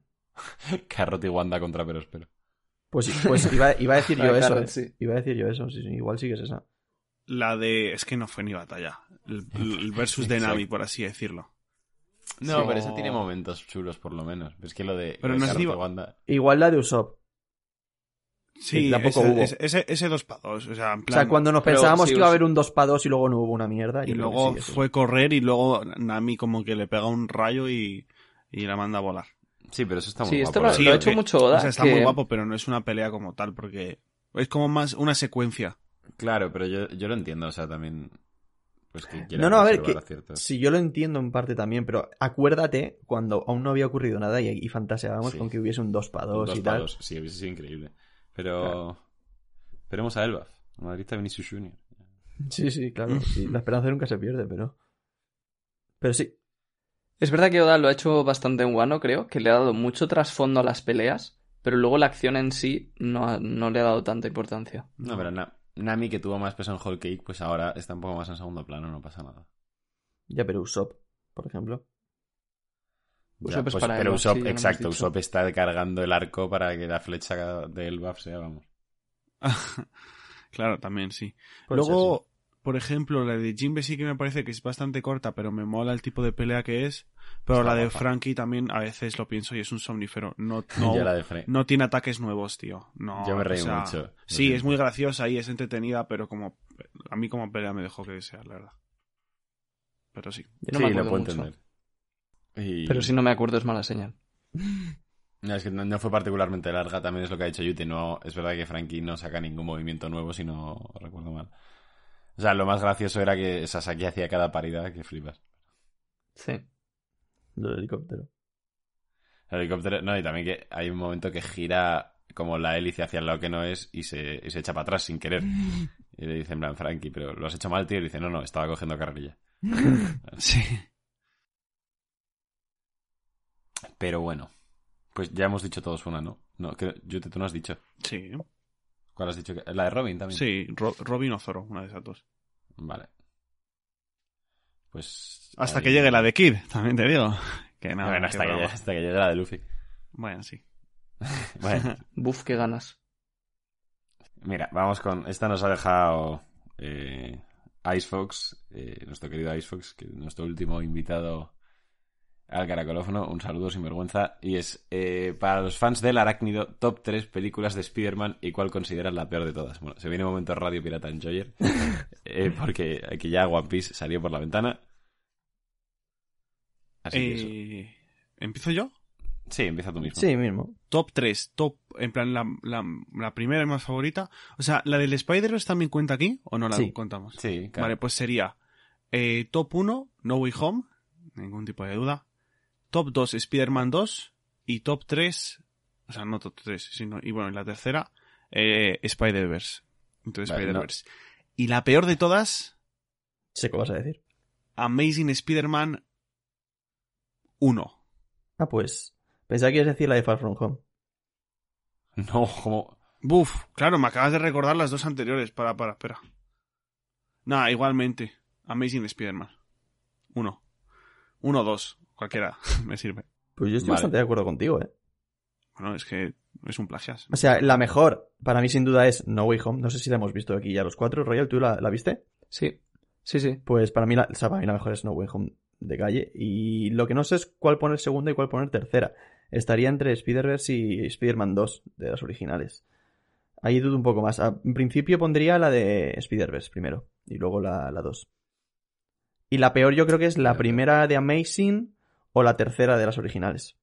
B: Carrot y Wanda contra Perospero.
C: Pues, pues iba, iba a decir
E: La
C: yo
E: de
C: eso.
E: Carrot,
C: ¿eh?
E: sí.
C: Iba a decir yo eso, sí, sí, igual sí que es esa.
D: La de es que no fue ni batalla. El, el versus de
B: Exacto.
D: Nami, por así decirlo.
B: No,
E: Sí.
B: pero esa tiene momentos chulos, por lo menos. Es que lo de,
D: Pero
B: lo de
D: no es
B: Carrot y
D: diva-
B: Wanda.
C: Igual la de Usopp.
D: Sí,
C: tampoco
D: ese,
C: hubo.
D: ese- Ese, ese dos pados. O sea, en
C: O
D: plan.
C: sea, cuando nos
E: Pero
C: pensábamos
E: sí,
C: que iba a
E: Usopp.
C: haber un 2 para 2 y luego no hubo una mierda.
D: Y
C: yo creo que
D: luego
C: sí, eso.
D: fue correr y luego Nami como que le pega un rayo y, y la manda a volar.
B: Sí, pero eso está muy
E: Sí, esto
B: guapo,
E: lo,
B: la
D: sí,
E: lo ha
B: verdad.
E: hecho
D: que-
E: mucho Oda.
D: o sea, está
E: que-
D: muy guapo, pero no es una pelea como tal, porque es como más una secuencia.
B: Claro, pero yo, yo lo entiendo, o sea, también. Pues que
C: No, no, a ver,
B: preservar
C: que-
B: ciertos-
C: Sí, yo lo entiendo en parte también, pero acuérdate cuando aún no había ocurrido nada y, y fantaseábamos
B: Sí.
C: con que hubiese un 2 para 2
B: dos
C: y tal.
B: palos. Sí, hubiese sido increíble. Pero. Esperemos a Elbaf. Madrid está Vinicius Junior.
C: Sí, sí, claro. sí, la esperanza nunca se pierde, pero. Pero sí,
E: Es verdad que Oda lo ha hecho bastante en guano, creo, que le ha dado mucho trasfondo a las peleas, pero luego la acción en sí no, ha- no le ha dado tanta importancia.
B: No, pero Na- Nami, que tuvo más peso en Whole Cake, pues ahora está un poco más en segundo plano, no pasa nada.
C: ya, pero Usopp, por ejemplo.
E: Usopp es para
B: pues, pero
E: Elbaf,
B: Usopp,
E: sí, ya lo hemos
B: exacto,
E: dicho.
B: Usopp está cargando el arco para que la flecha de Elbaf sea, vamos.
D: claro, también, sí.
C: Puede ser,
D: Luego, por ejemplo, la de Jinbe sí que me parece que es bastante corta, pero me mola el tipo de pelea que es. Pero
B: Está
D: la de
B: guapa.
D: Frankie también a veces lo pienso y es un somnífero. No, no,
B: Yo la de Fre-
D: no tiene ataques nuevos, tío. No,
B: Yo me
D: o
B: reí
D: sea,
B: mucho. Lo
D: Sí,
B: siento.
D: es muy graciosa y es entretenida, pero como a mí como pelea me dejó que desear, la verdad. Pero sí.
E: Yo no
B: sí,
E: me
B: lo
E: acuerdo
B: puedo
E: mucho.
B: entender. Y-
E: Pero si no me acuerdo es mala señal.
B: No, es que no, no fue particularmente larga, también es lo que ha dicho Yuti. No, es verdad que Frankie no saca ningún movimiento nuevo, si no recuerdo mal. O sea, lo más gracioso era que Sasaki hacía cada parida, que flipas.
E: Sí.
C: sí. Lo del helicóptero.
B: El helicóptero, no, y también que hay un momento que gira como la hélice hacia el lado que no es y se, y se echa para atrás sin querer. Y le dice en plan, Frankie, pero lo has hecho mal, tío. Y le dice, no, no, estaba cogiendo carrerilla.
D: Sí.
B: Pero bueno, pues ya hemos dicho todos una, ¿no? No, que, yo tú no has dicho.
D: Sí.
B: ¿Cuál has dicho? La de Robin también.
D: Sí, Ro- Robin o Zoro, una de esas dos.
B: Vale. Pues.
D: Hasta
B: ahí-
D: que llegue la de Kid, también te digo. Que nada,
B: bueno,
D: qué
B: hasta eh. que,
D: broma.
B: llegue, hasta que llegue la de Luffy.
D: Bueno, sí.
B: Bueno,
E: Buf, qué ganas.
B: mira, vamos con. Esta nos ha dejado eh, Ice Fox, eh, nuestro querido Ice Fox, que es nuestro último invitado al caracolófono. Un saludo sin vergüenza. Y es eh, para los fans del Arácnido, top 3 películas de Spider-Man y cuál consideras la peor de todas. Bueno, se viene un momento Radio Pirata en Joyer, eh, porque aquí ya One Piece salió por la ventana. Así que eso.
D: Eh, ¿Empiezo yo?
B: Sí, empieza tú mismo.
C: Sí, mismo.
D: Top 3, top, en plan, la, la, la primera y más favorita. O sea, ¿la del Spider-Verse también cuenta aquí o no la
C: Sí.
D: contamos?
B: Sí, claro.
D: Vale, pues sería eh, top 1, No Way Home, ningún tipo de duda. Top 2, Spider-Man 2. Y top 3, O sea, no top 3, sino. Y bueno, y la tercera, eh, Spider-Verse. Entonces,
B: Vale,
D: Spider-Verse. Y la peor de todas,
C: Sé qué vas a decir.
D: Amazing Spider-Man 1.
C: Ah, pues. Pensaba que ibas a decir la de Far From Home.
B: No, como...
D: Buf, claro, me acabas de recordar las dos anteriores. Para, para, espera. Nada, igualmente. Amazing Spider-Man 1. 1 2. Cualquiera me sirve.
C: Pues yo estoy
B: Vale.
C: bastante de acuerdo contigo, ¿eh?
D: Bueno, es que es un plagias.
C: O sea, la mejor, para mí sin duda, es No Way Home. No sé si la hemos visto aquí ya los cuatro. Royal, ¿tú la, la viste?
E: Sí, sí, sí.
C: Pues para mí, la, o sea, para mí la mejor es No Way Home de calle. Y lo que no sé es cuál poner segunda y cuál poner tercera. Estaría entre Spider-Verse y Spider-Man 2 de las originales. Ahí dudo un poco más. A- En principio pondría la de Spider-Verse primero y luego la, la 2. Y la peor yo creo que es la primera de Amazing o la tercera de las originales.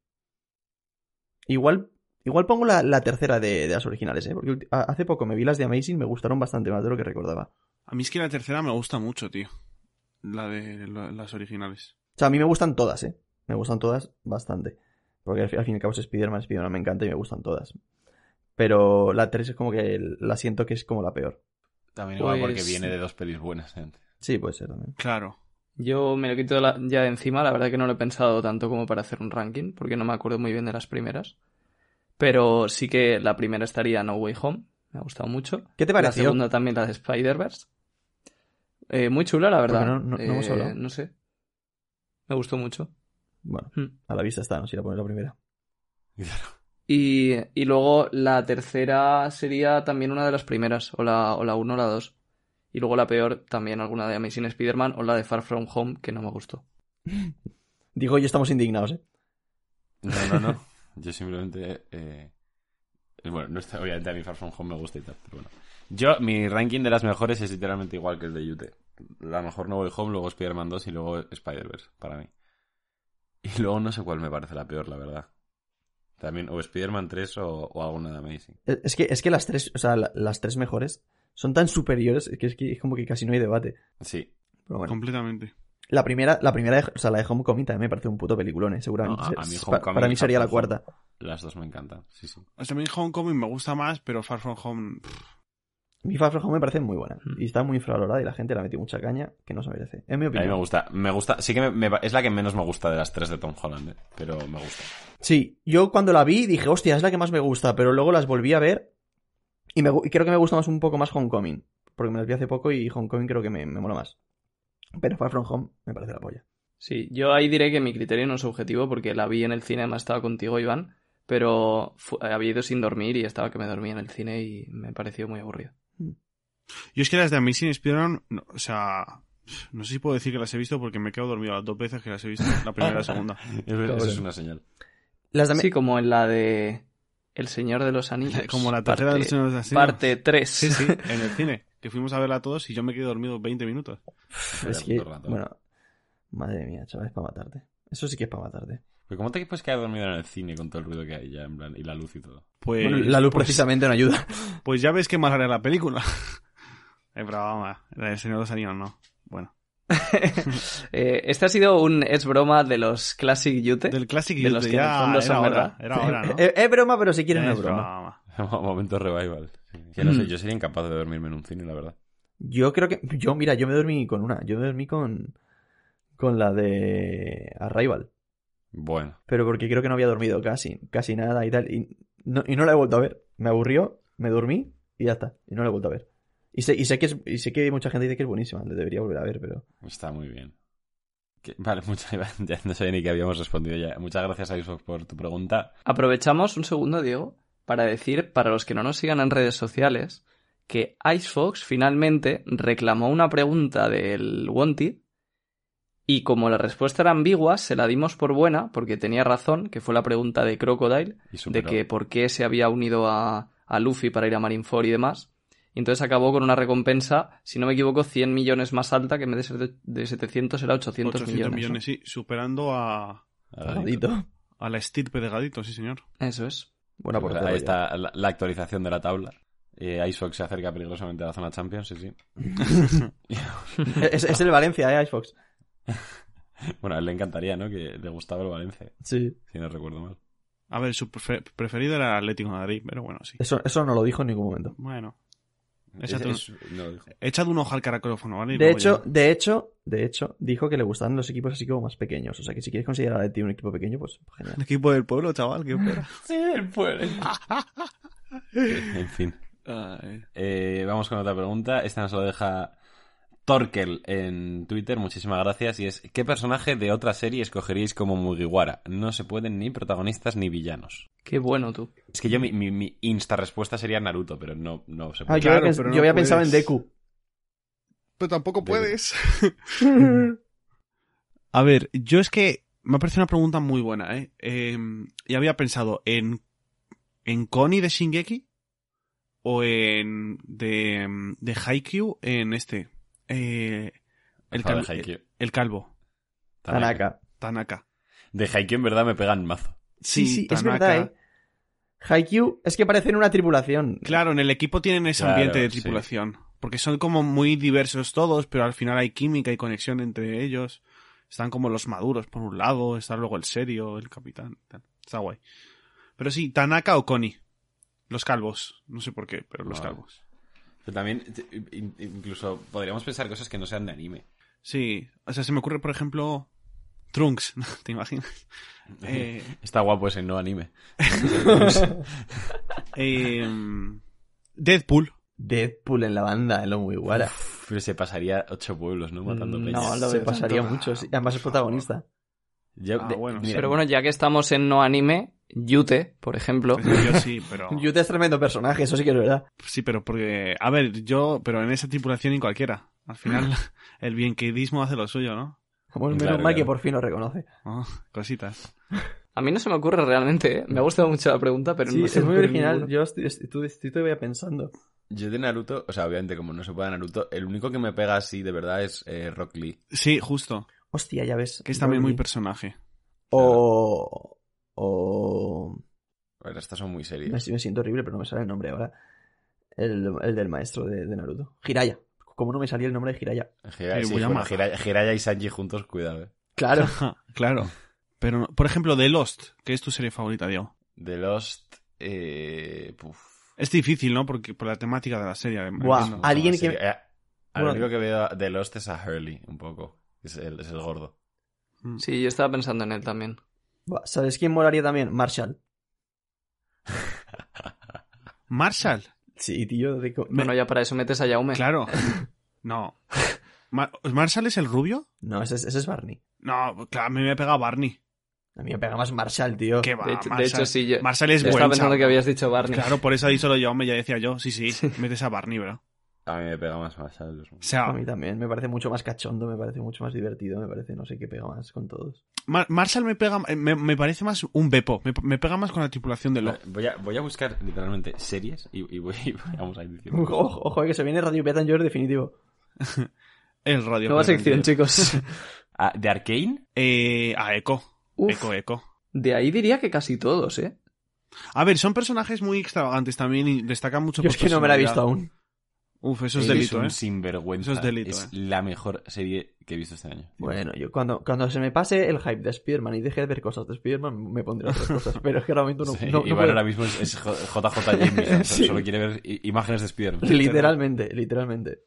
C: Igual, igual pongo la, la tercera de, de las originales, ¿eh? porque ulti- a- hace poco me vi las de Amazing, me gustaron bastante más de lo que recordaba.
D: A mí es que la tercera me gusta mucho, tío. La de la- las originales.
C: O sea, a mí me gustan todas, ¿eh? Me gustan todas bastante. Porque al, fi- al fin y al cabo es Spider-Man, Spider-Man me encanta y me gustan todas. Pero la 3 es como que el- la siento que es como la peor.
B: También igual porque
E: Pues-
B: viene de dos pelis buenas, gente.
C: Sí, puede ser también.
D: Claro.
E: Yo me lo quito de la- ya de encima, la verdad que no lo he pensado tanto como para hacer un ranking, porque no me acuerdo muy bien de las primeras. Pero sí que la primera estaría No Way Home, me ha gustado mucho.
C: ¿Qué te
E: La
C: pareció?
E: segunda también la de Spider-Verse. Eh, muy chula, la verdad.
C: Porque no- no- no hemos
E: Eh,
C: hablado.
E: No sé. Me gustó mucho.
C: Bueno,
E: Hmm.
C: a la vista está, no sé si la pones la primera.
E: Y, y luego la tercera sería también una de las primeras, o la, o la 1 o la 2. Y luego la peor, también alguna de Amazing Spider-Man o la de Far From Home, que no me gustó.
C: Digo, yo estamos indignados, ¿eh?
B: No, no, no. Yo simplemente... eh, Bueno, no está- obviamente a mí Far From Home me gusta y tal, pero bueno. Yo, mi ranking de las mejores es literalmente igual que el de Yute. La mejor No Way Home, luego Spider-Man 2 y luego Spider-Verse, para mí. Y luego no sé cuál me parece la peor, la verdad. También o Spider-Man 3 o, o alguna de Amazing.
C: Es es que, es que las tres, o sea, la- las tres mejores son tan superiores que es que es como que casi no hay debate.
B: Sí.
C: Pero bueno.
D: Completamente.
C: La primera, la primera, de- o sea, la de Homecoming también me parece un puto peliculón, ¿eh? Seguramente.
B: No, a- a mí
C: es- pa-
B: Homecoming
C: para mí
B: y Far
C: sería la
B: From Home.
C: cuarta.
B: Las dos me encantan, sí, sí.
D: O sea, a mí Homecoming me gusta más, pero Far From Home. pff,
C: Mi Far From Home me parece muy buena.
E: Hmm.
C: Y está muy infravalorada y la gente la metió mucha caña que no se merece. Es mi
B: A mí me
C: opinión.
B: gusta, me gusta, sí que me- me pa- es la que menos me gusta de las tres de Tom Holland, eh, pero me gusta.
C: Sí, yo cuando la vi dije, hostia, es la que más me gusta, pero luego las volví a ver y, me, gu- y creo que me gusta más un poco más Homecoming. Porque me las vi hace poco y Homecoming creo que me, me mola más. Pero Far From Home me parece la polla.
E: Sí, yo ahí diré que mi criterio no es objetivo porque la vi en el cine, además estaba contigo, Iván, pero fu- había ido sin dormir y estaba que me dormía en el cine y me pareció muy aburrido.
D: Yo es que las de Amazing Spider-Man, no, o sea. pff, No sé si puedo decir que las he visto porque me he quedado dormido las dos veces que las he visto. La primera y la segunda.
B: Eso
E: Cabrón.
B: es una señal.
C: Las de
E: Sí, como en la de El Señor de los Anillos.
D: Como la tercera
E: parte,
D: del Señor de los Anillos.
E: Parte 3.
D: Sí, sí, en el cine. Que fuimos a verla todos y yo me quedé dormido 20 minutos.
C: es que,
B: Rato.
C: bueno, madre mía, chaval, es para matarte. Eso sí que es para matarte.
B: Pero ¿cómo te puedes quedar dormido en el cine con todo el ruido que hay ya, en plan, y la luz y todo?
D: Pues,
C: Bueno, la luz
D: pues-
C: precisamente no ayuda.
D: Pues ya ves que más haré la película. Eh, pero vamos, la del Señor de los Anillos no. Bueno.
E: Eh, este ha sido un es broma de los Classic Yute.
D: Del Classic
E: De
D: y
E: los
D: de
E: que en el
D: ya
E: fondo son
D: era hora.
E: verdad. Eh,
D: Era hora, ¿no?
C: Eh, Es, es broma, pero si quieres no es
D: Es
C: broma.
B: Momento revival. Sí. Que no
E: Mm.
B: sé, yo sería incapaz de dormirme en un cine, la verdad.
C: Yo creo que. Yo, mira, yo me dormí con una. Yo me dormí con. Con la de Arrival.
B: Bueno,
C: Pero porque creo que no había dormido casi. Casi nada y tal. Y no, y no la he vuelto a ver. Me aburrió, me dormí y ya está. Y no la he vuelto a ver. Y sé, y sé que es- y sé que mucha gente dice que es buenísima. Le debería volver a ver, pero.
B: está muy bien. Que- Vale, muchas gracias. No sabía ni que habíamos respondido ya. Muchas gracias, Xbox, por tu pregunta.
E: Aprovechamos un segundo, Diego, para decir, para los que no nos sigan en redes sociales, que Icefox finalmente reclamó una pregunta del Wanted y como la respuesta era ambigua, se la dimos por buena porque tenía razón, que fue la pregunta de Crocodile,
B: Y
E: de
B: superó.
E: que por qué se había unido a, a Luffy para ir a Marineford y demás. Y entonces acabó con una recompensa, si no me equivoco, 100 millones más alta, que en vez de ser de, de 700 era 800,
D: 800 millones,
E: millones. ¿no?
D: sí. Superando a,
B: Ahora digo.
C: Maldito.
D: a la estirpe de Gadito, sí, señor.
E: Eso es.
D: Pues
C: Buena portada.
B: Ahí está la, la actualización de la tabla. Eh, Xbox se acerca peligrosamente a la zona Champions, sí, sí.
C: Es, es el Valencia, ¿eh? Icebox.
B: Bueno, a él le encantaría, ¿no? Que le gustaba el Valencia,
C: Sí.
B: si no recuerdo mal.
D: A ver, su prefe- preferido era Atlético de Madrid, pero bueno, sí.
C: Eso, eso no lo dijo en ningún momento.
D: Bueno, Échate
B: Es- es- no, dijo.
D: echad un ojo al caracrófono, ¿vale? Y
C: De
D: luego
C: hecho,
D: ya.
C: de hecho, de hecho, dijo que le gustaban los equipos así como más pequeños. O sea que si quieres considerar a ti un equipo pequeño, pues genial.
D: El equipo del pueblo, chaval, qué pena.
B: En fin.
D: Ay.
B: Eh, vamos con otra pregunta. Esta nos lo deja Torkel en Twitter. Muchísimas gracias. Y es, ¿qué personaje de otra serie escogeríais como Mugiwara? No se pueden ni protagonistas ni villanos.
E: Qué bueno tú.
B: Es que yo mi, mi, mi insta respuesta sería Naruto, pero no, no se
C: Ah,
B: puede.
C: yo
D: Claro,
C: había pens- yo
D: pero
C: había,
D: no
C: pensado en
D: puedes.
C: Deku.
D: Pero tampoco
B: De-
D: puedes. A ver, yo es que me ha parecido una pregunta muy buena, ¿eh? Eh, y había pensado en, en Connie de Shingeki o en de, em, de Haikyuu en este. eh, el,
B: Por favor,
D: cal-
B: de Haikyuu.
D: el calvo,
B: Tanaka.
D: Tanaka.
C: Tanaka.
B: De Haikyuu en verdad me pegan mazo.
C: Sí, sí, es verdad, ¿eh? Haikyuu es que parecen una tripulación.
D: Claro, en el equipo tienen ese
B: Claro,
D: ambiente de
B: sí.
D: tripulación. Porque son como muy diversos todos, pero al final hay química y conexión entre ellos. Están como los maduros por un lado, está luego el serio, el capitán. tal. Está guay. Pero sí, Tanaka o Connie. Los calvos. No sé por qué, pero los
B: Vale.
D: calvos.
B: Pero también, in- incluso podríamos pensar cosas que no sean de anime.
D: Sí, o sea, se me ocurre, por ejemplo, Trunks, ¿no? ¿te imaginas? Eh,
B: Está guapo ese no anime.
D: em, Deadpool.
C: Deadpool en la banda, es lo muy guara.
B: Uf, Pero se pasaría ocho pueblos, ¿no? Matando
E: No,
B: peña.
E: lo
C: Se
E: veo
C: pasaría
D: tanto.
C: mucho. sí.
D: Ah,
C: Además es
D: por favor.
C: protagonista.
B: Yo-
D: Ah,
B: de-
D: bueno,
B: mira,
D: sí.
E: Pero bueno, ya que estamos en no anime, Yute, por ejemplo.
D: Pues Yo sí, pero...
C: Yute es tremendo personaje, eso sí que es verdad.
D: Sí, pero porque. A ver, yo. Pero en esa tripulación y cualquiera. Al final, el bienqueidismo hace lo suyo, ¿no?
C: Como menos
B: Claro,
C: mal
B: claro.
C: que por fin lo reconoce.
D: Oh, cositas.
E: A mí no se me ocurre realmente, ¿eh? me ha gustado mucho la pregunta, pero
C: sí,
E: no se
C: es
E: me
C: muy
E: ocurre
C: original.
E: ninguno.
C: Yo estoy, estoy- tú- estoy todavía pensando.
B: Yo de Naruto, o sea, obviamente como no se puede Naruto, el único que me pega así de verdad es eh, Rock Lee.
D: Sí, justo.
C: Hostia, ya ves.
D: Que es también muy
C: Broly.
D: personaje.
C: O. O.
B: Bueno, estas son muy
C: Me,
B: serias.
C: me siento horrible, pero no me sale el nombre ahora. El, el del maestro de, de Naruto. Jiraya. Como no me salía el nombre de Jiraya.
B: Jiraiya
D: Sí,
B: sí,
D: voy a
B: bueno,
D: matar.
B: Jiraiya- Jiraiya y Sanji juntos, cuidado, eh.
C: Claro.
D: claro. Pero, por ejemplo, The Lost, que es tu serie favorita, Diego.
B: The Lost, eh... Puf.
D: Es difícil, ¿no? Porque por la temática de la serie. además,
C: Buah.
D: entiendo.
C: Alguien
B: Sería-
C: que-
B: eh, al
C: Bueno.
B: único que veo de Lost es a Hurley, un poco. Es el, es el gordo.
D: Mm.
E: Sí, yo estaba pensando en él también.
C: Buah, ¿Sabes quién molaría también? Marshall.
D: Marshall.
C: Sí, tío. de co-
E: Bueno, ya para eso metes a Jaume.
D: Claro. No. Ma- ¿Marshall es el rubio?
C: No, ese, es- ese es Barney.
D: No, claro, a mí me pega Barney.
C: A mí me pega más Marshall, tío.
D: ¿Qué va?
E: de, hecho, de
D: Marshall.
E: hecho, sí, yo,
D: Marshall es
E: yo
D: buen
E: estaba pensando
D: chaval.
E: que habías dicho Barney.
D: Claro, por eso ahí solo yo, hombre, ya decía yo. Sí, sí, metes a Barney, bro. O
B: A mí me pega más más. a los-
D: sea,
C: A mí también. Me parece mucho más cachondo, me parece mucho más divertido, me parece no sé qué pega más con todos.
D: Mar- Marshall me pega, eh, me, me parece más un Beppo, me, me pega más con la tripulación de Log.
B: Voy a, voy a buscar literalmente series y, y voy, y vamos a ir diciendo.
C: Ojo, ojo, que se viene Radio Petanjor definitivo.
D: El radio.
E: Nueva
D: Pero-
E: sección, chicos.
B: Ah, ¿De Arkane?
D: Eh, a Echo.
E: Uf,
D: Echo, Echo.
E: de ahí diría que casi todos, ¿eh?
D: A ver, son personajes muy extravagantes también y destacan mucho
C: Yo
D: por
C: es que no me la he visto
D: personalidad.
C: aún.
D: Uf, eso es
B: Él
D: delito,
B: un
D: ¿eh?
B: sinvergüenza.
D: Eso es delito,
B: Es
D: eh.
B: la mejor serie que he visto este año.
C: Bueno, yo cuando, cuando se me pase el hype de Spider-Man y deje de ver cosas de Spider-Man, me pondré otras cosas. Pero es que ahora mismo no,
B: Sí,
C: no- no
B: Iván
C: puedo.
B: ahora mismo es, es J- JJ Jameson,
C: Sí.
B: solo quiere ver i- imágenes de Spider-Man.
C: Literalmente, literalmente.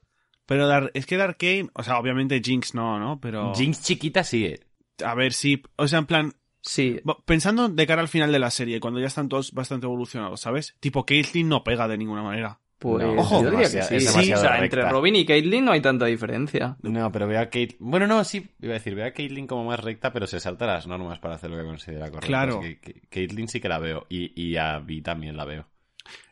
D: Pero Dar- es que Dark Kane, o sea, obviamente Jinx no, ¿no? Pero.
B: Jinx chiquita sigue.
D: A ver, sí. O sea, en plan,
E: Sí.
D: bo- pensando de cara al final de la serie, cuando ya están todos bastante evolucionados, ¿sabes? Tipo, Caitlyn no pega de ninguna manera.
E: Pues
B: No,
D: Ojo.
E: yo diría que
B: demasiado-
E: sí.
B: es
E: Sí, o
B: demasiado
E: sea,
B: recta.
E: entre Robin y Caitlyn no hay tanta diferencia.
B: No, pero ve a Kate. Bueno, no, sí, iba a decir, ve a Caitlyn como más recta, pero se salta las normas para hacer lo que considera correcto.
D: Claro.
B: Así que Ka- Caitlyn sí que la veo. Y, y a Vi también la veo.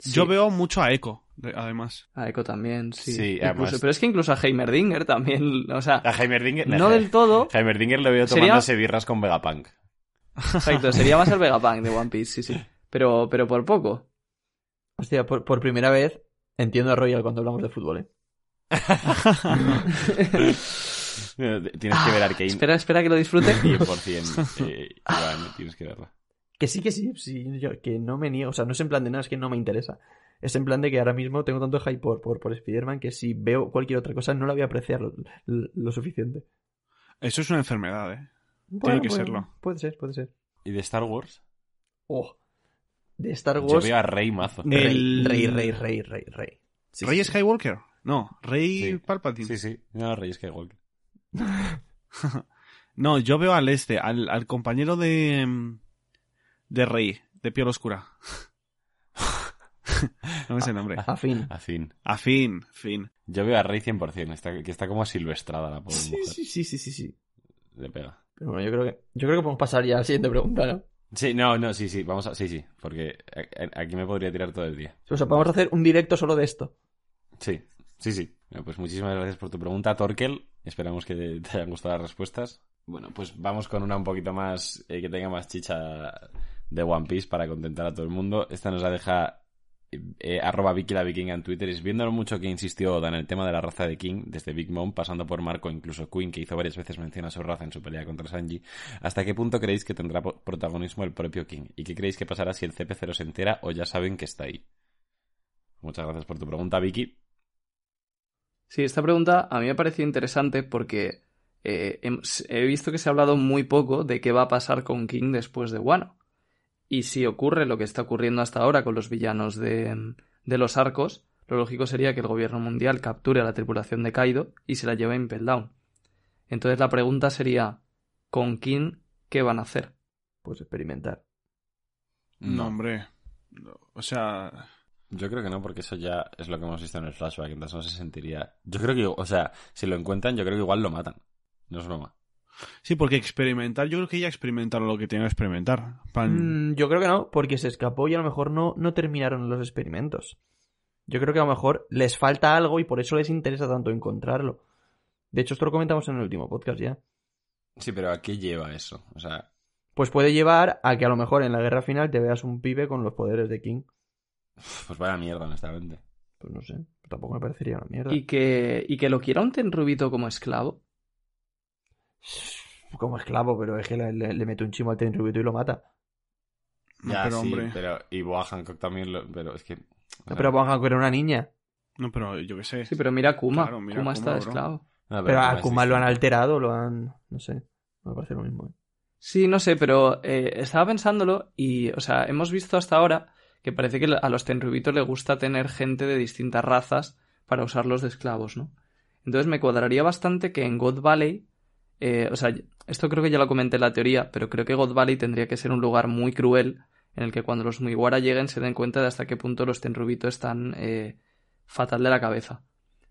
D: Yo veo mucho a Echo, de- además.
E: A Echo también,
B: Sí,
E: sí. Incluso-
B: además-
E: Pero es que incluso a Heimerdinger también, o sea,
B: A Heimerdinger.
E: no del todo.
B: Heimerdinger le veo
E: Sería-
B: tomándose birras con Vegapunk.
E: Exacto, sería más el Vegapunk de One Piece, sí, sí. Pero, pero por poco.
C: Hostia, por, por primera vez entiendo a Royal cuando hablamos de fútbol, ¿eh?
B: Tienes que ver Arkane
E: Espera, espera que lo disfrute.
B: 100%. eh, Iván, tienes que verla.
C: Que sí, que sí, sí, yo- que no me niego. O sea, no es en plan de nada, es que no me interesa. Es en plan de que ahora mismo tengo tanto hype por, por, por Spider-Man que si veo cualquier otra cosa no la voy a apreciar lo, lo- lo suficiente.
D: Eso es una enfermedad, ¿eh?
C: Bueno,
D: que
C: pues,
D: serlo.
C: Puede ser, puede ser.
B: ¿Y de Star Wars?
C: Oh, de Star
B: Yo
C: Wars.
B: veo a Rey Mazo.
D: Eh,
C: Rey,
D: El-
C: rey, rey, rey, rey, rey. Sí,
D: ¿Rey
C: sí, sí.
D: Skywalker? No, Rey
B: Sí.
D: Palpatine.
B: Sí, sí. No, Rey Skywalker.
D: No, yo veo al este, al, al compañero de. mm, de Rey, de piel oscura. no me sé el nombre.
C: A fin.
B: A fin.
D: A Finn, Finn.
B: Yo veo a Rey 100%, está, que está como silvestrada la pobre
C: Sí,
B: mujer.
C: sí, sí, sí, sí, sí.
B: Le pega.
C: Pero bueno, yo creo que, yo creo que podemos pasar ya a la siguiente pregunta, ¿no?
B: Sí, no, no, sí, sí, vamos a... Sí, sí, porque a- a- aquí me podría tirar todo el día.
C: O sea, podemos hacer un directo solo de esto.
B: Sí, sí, sí. Bueno, pues muchísimas gracias por tu pregunta, Torkel. Esperamos que te, te hayan gustado las respuestas. Bueno, pues vamos con una un poquito más, eh, que tenga más chicha de One Piece para contentar a todo el mundo. Esta nos la deja eh, eh, arroba Vicky la vikinga en Twitter. Es viendo lo mucho que insistió Oda en el tema de la raza de King, desde Big Mom, pasando por Marco, incluso Queen, que hizo varias veces mención a su raza en su pelea contra Sanji. ¿Hasta qué punto creéis que tendrá po- protagonismo el propio King? ¿Y qué creéis que pasará si el CP0 se entera o ya saben que está ahí? Muchas gracias por tu pregunta, Vicky.
E: Sí, esta pregunta a mí me ha parecido interesante porque eh, hem- he visto que se ha hablado muy poco de qué va a pasar con King después de Wano. Y si ocurre lo que está ocurriendo hasta ahora con los villanos de, de los arcos, lo lógico sería que el gobierno mundial capture a la tripulación de Kaido y se la lleve a Impel Down. Entonces la pregunta sería, ¿con King qué van a hacer?
C: Pues experimentar.
D: No, hombre. No, O sea,
B: Yo creo que no, porque eso ya es lo que hemos visto en el flashback, entonces no se sentiría. Yo creo que, o sea, si lo encuentran, yo creo que igual lo matan. No es broma.
D: sí, porque experimentar, yo creo que ya experimentaron lo que tenían que experimentar. Pan-
C: Mm, yo creo que no, porque se escapó y a lo mejor no, no terminaron los experimentos. Yo creo que a lo mejor les falta algo y por eso les interesa tanto encontrarlo. De hecho, esto lo comentamos en el último podcast ya.
B: Sí, pero ¿a qué lleva eso? O sea,
C: Pues puede llevar a que a lo mejor en la guerra final te veas un pibe con los poderes de King.
B: pues vaya mierda, honestamente.
C: Pues no sé, tampoco me parecería una mierda.
E: ¿Y que, y que lo quiera un Tenrubito como esclavo?
C: Como esclavo, pero es que le, le- le mete un chimo al tenrubito y lo mata.
D: No,
B: ya,
D: pero
B: sí,
D: hombre.
B: pero. Y Boa Hancock también lo. Pero es que. o sea,
C: Pero vamos a era una niña.
D: No, pero yo qué sé.
E: Sí, pero mira a Kuma.
D: Claro, mira a
E: Kuma está
D: Kuma,
E: de
D: bro.
E: esclavo.
B: no,
C: Pero
E: pues
B: Kuma
C: a
B: es
C: Kuma lo han
B: distinto.
C: alterado, lo han. No sé. Me parece lo mismo. ¿eh?
E: Sí, no sé, pero eh, estaba pensándolo y, o sea, hemos visto hasta ahora que parece que a los tenrubitos les gusta tener gente de distintas razas para usarlos de esclavos, ¿no? Entonces me cuadraría bastante que en God Valley, eh, o sea, esto creo que ya lo comenté en la teoría, pero creo que God Valley tendría que ser un lugar muy cruel en el que cuando los Mugiwara lleguen se den cuenta de hasta qué punto los tenrubitos están eh, fatal de la cabeza.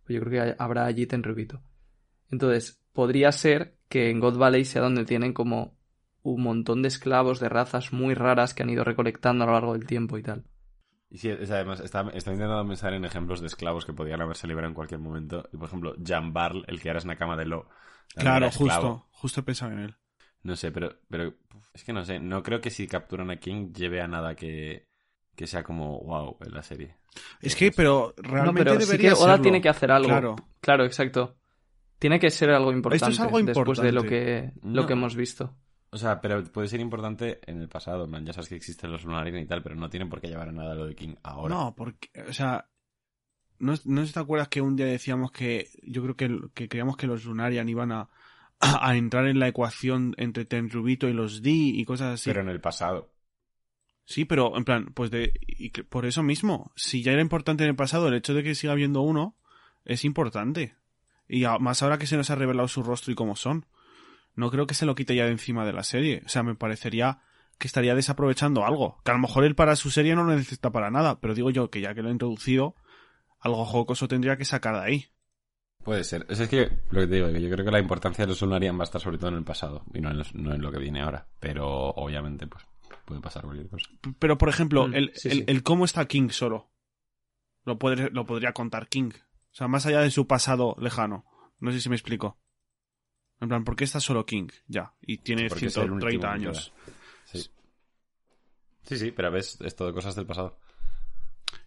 E: Pues Yo creo que hay- habrá allí tenrubito. Entonces, podría ser que en God Valley sea donde tienen como un montón de esclavos de razas muy raras que han ido recolectando a lo largo del tiempo y tal.
B: Y sí, es- además, está, está intentando pensar en ejemplos de esclavos que podían haberse liberado en cualquier momento. Y por ejemplo, Jan Barl, el que ahora es Nakama de Lo. también era
D: Claro,
B: esclavo.
D: justo. Justo pensaba en él.
B: No sé, pero, pero uf, es que no sé. No creo que si capturan a King lleve a nada que, que sea como wow en la serie.
D: Es que, pero realmente
E: No, pero sí
D: debería
E: que Oda
D: serlo.
E: tiene que hacer algo.
D: Claro.
E: Claro, exacto. Tiene que ser algo importante
D: algo
E: después de lo
D: importante.
E: que, lo
B: No.
E: que hemos visto.
B: O sea, pero puede ser importante en el pasado. en plan, ya sabes que existen los Lunarines y tal, pero no tienen por qué llevar a nada lo de King ahora.
D: No, porque, o sea, ¿no, ¿no te acuerdas que un día decíamos que yo creo que, que creíamos que los Lunarian iban a, a entrar en la ecuación entre Tenrubito y los D y cosas así?
B: Pero en el pasado.
D: Sí, pero en plan, pues de, y que- por eso mismo, si ya era importante en el pasado, el hecho de que siga habiendo uno es importante. Y a- más ahora que se nos ha revelado su rostro y cómo son. No creo que se lo quite ya de encima de la serie. O sea, me parecería que estaría desaprovechando algo. Que a lo mejor él para su serie no lo necesita para nada, pero digo yo que ya que lo ha introducido, algo jocoso tendría que sacar de ahí.
B: Puede ser. O sea, es que lo que te digo, que yo creo que la importancia de los Lunarian va a estar sobre todo en el pasado y no en, los- no en lo que viene ahora. Pero obviamente, pues puede pasar cualquier cosa.
D: P- Pero, por ejemplo,
E: Mm,
D: el,
E: sí,
D: el-
E: sí.
D: el cómo está King solo. Lo, podré- lo podría contar King. O sea, más allá de su pasado lejano. No sé si me explico. En plan, ¿por qué está solo King? Ya. Y tiene
B: Porque es el último
D: 130
B: que
D: años.
B: Sí. Sí, sí, pero ves, es todo cosas del pasado.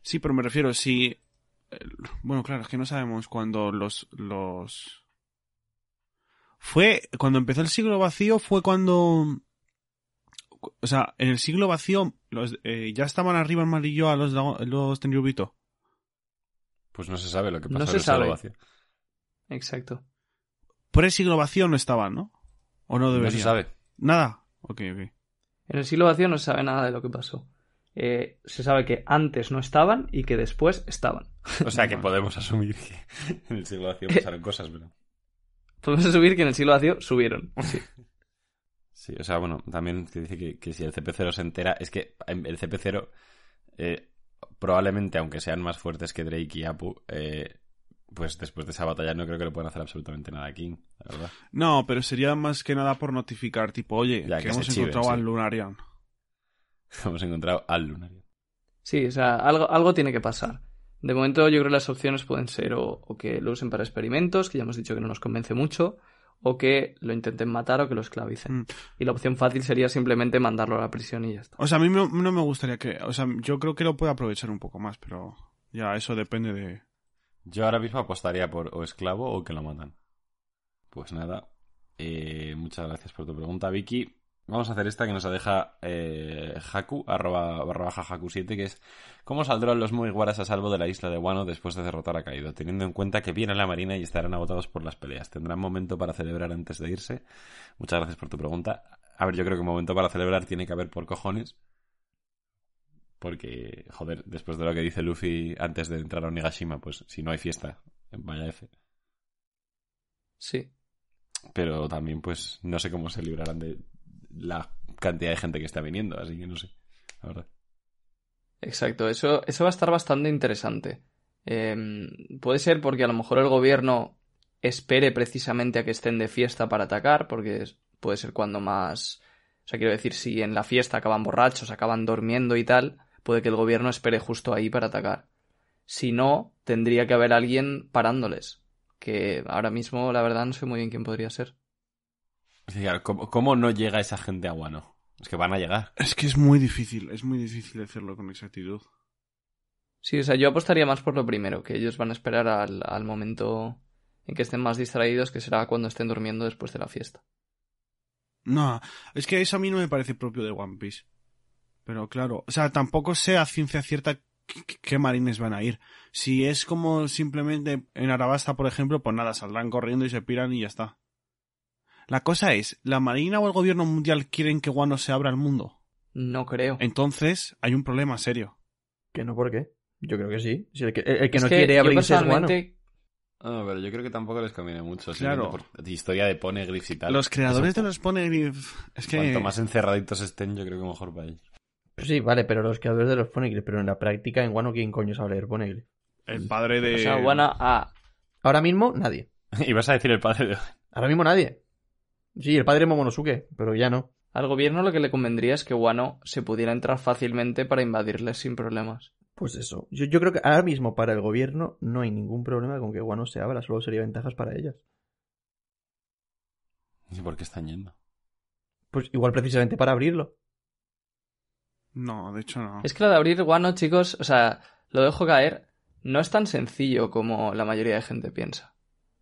D: Sí, pero me refiero, si... el- Bueno, claro, es que no sabemos cuándo los... los... Fue... Cuando empezó el siglo vacío fue cuando... O sea, en el siglo vacío los, eh, ya estaban arriba en Marillo a los, drago- los Tenryubito.
B: Pues no se sabe lo que
E: No
B: pasó
E: se
B: en el siglo
E: sabe.
B: vacío.
E: Exacto.
D: Por el siglo vacío no estaban, ¿no? O no
B: No
D: deberían.
B: se sabe.
D: Nada. Ok, ok.
E: En el siglo vacío no se sabe nada de lo que pasó. Eh, se sabe que antes no estaban y que después estaban.
B: O sea que podemos asumir que en el siglo vacío pasaron cosas, pero...
E: Podemos asumir que en el siglo vacío subieron.
B: Sí, o sea, bueno, también te dice que, que si el CP0 se entera, es que el CP0 eh, probablemente, aunque sean más fuertes que Drake y Apu, eh, pues después de esa batalla no creo que le puedan hacer absolutamente nada a King, la verdad.
D: No, pero sería más que nada por notificar, tipo, oye,
B: Ya,
D: que,
B: que se
D: hemos
B: chive,
D: encontrado
B: sí.
D: al Lunarian.
B: Hemos encontrado al lunario.
E: Sí, o sea, algo, algo tiene que pasar. De momento yo creo que las opciones pueden ser o, o que lo usen para experimentos, que ya hemos dicho que no nos convence mucho, o que lo intenten matar o que lo esclavicen.
D: Mm.
E: Y la opción fácil sería simplemente mandarlo a la prisión y ya está.
D: O sea, a mí no, no me gustaría que... O sea, yo creo que lo puede aprovechar un poco más, pero ya eso depende de...
B: Yo ahora mismo apostaría por o esclavo o que lo matan. Pues nada, eh, muchas gracias por tu pregunta, Vicky. Vamos a hacer esta que nos la deja eh, Haku, arroba, barra baja Haku7, que es ¿Cómo saldrán los Muiguaras a salvo de la isla de Wano después de derrotar a Kaido? Teniendo en cuenta que viene la marina y estarán agotados por las peleas. ¿Tendrán momento para celebrar antes de irse? Muchas gracias por tu pregunta. A ver, yo creo que momento para celebrar tiene que haber por cojones. Porque, joder, después de lo que dice Luffy antes de entrar a Onigashima, pues si no hay fiesta, vaya F.
E: Sí.
B: Pero también, pues, no sé cómo se librarán de la cantidad de gente que está viniendo, así que no sé. La verdad.
E: Exacto, eso, eso va a estar bastante interesante. Eh, puede ser porque a lo mejor el gobierno espere precisamente a que estén de fiesta para atacar, porque es- puede ser cuando más... O sea, quiero decir, si en la fiesta acaban borrachos, acaban durmiendo y tal, puede que el gobierno espere justo ahí para atacar. Si no, tendría que haber alguien parándoles, que ahora mismo la verdad no sé muy bien quién podría ser.
B: Sí, claro, ¿cómo, cómo no llega esa gente a Wano? Es que van a llegar.
D: Es que es muy difícil, es muy difícil decirlo con exactitud.
E: Sí, o sea, yo apostaría más por lo primero, que ellos van a esperar al, al momento en que estén más distraídos, que será cuando estén durmiendo después de la fiesta.
D: No, es que eso a mí no me parece propio de One Piece. Pero claro, o sea, tampoco sé a ciencia cierta qué- qué qué marines van a ir. Si es como simplemente en Arabasta, por ejemplo, pues nada, saldrán corriendo y se piran y ya está. La cosa es, ¿la Marina o el gobierno mundial quieren que Wano se abra al mundo?
E: No creo.
D: Entonces, hay un problema serio.
C: Que no, ¿por qué? Yo creo que sí. Si el que, el- el que
E: Es
C: no quiere
E: yo
C: abrirse es bueno.
E: personalmente-
B: Ah, pero yo creo que tampoco les conviene mucho.
D: Claro.
B: simplemente por historia de Poneglyphs y tal.
D: Los creadores de los poneglyphs... Es que...
B: Cuanto más encerraditos estén, yo creo que mejor para ellos.
C: Pues Sí, vale, pero los creadores de los poneglyphs, pero en la práctica en Guano, ¿quién coño sabe leer poneglyphs?
D: El padre de...
E: O sea, buena a...
C: Ahora mismo, nadie.
B: Y vas a decir el padre de...
C: Ahora mismo nadie. Sí, el padre de Momonosuke, pero ya no.
E: Al gobierno lo que le convendría es que Wano se pudiera entrar fácilmente para invadirles sin problemas.
C: Pues eso. Yo, yo creo que ahora mismo para el gobierno no hay ningún problema con que Guano se abra, solo sería ventajas para ellas.
B: ¿Y por qué están yendo?
C: Pues igual precisamente para abrirlo.
D: No, de hecho no.
E: Es que lo de abrir Wano, chicos, o sea, lo dejo caer, no es tan sencillo como la mayoría de gente piensa.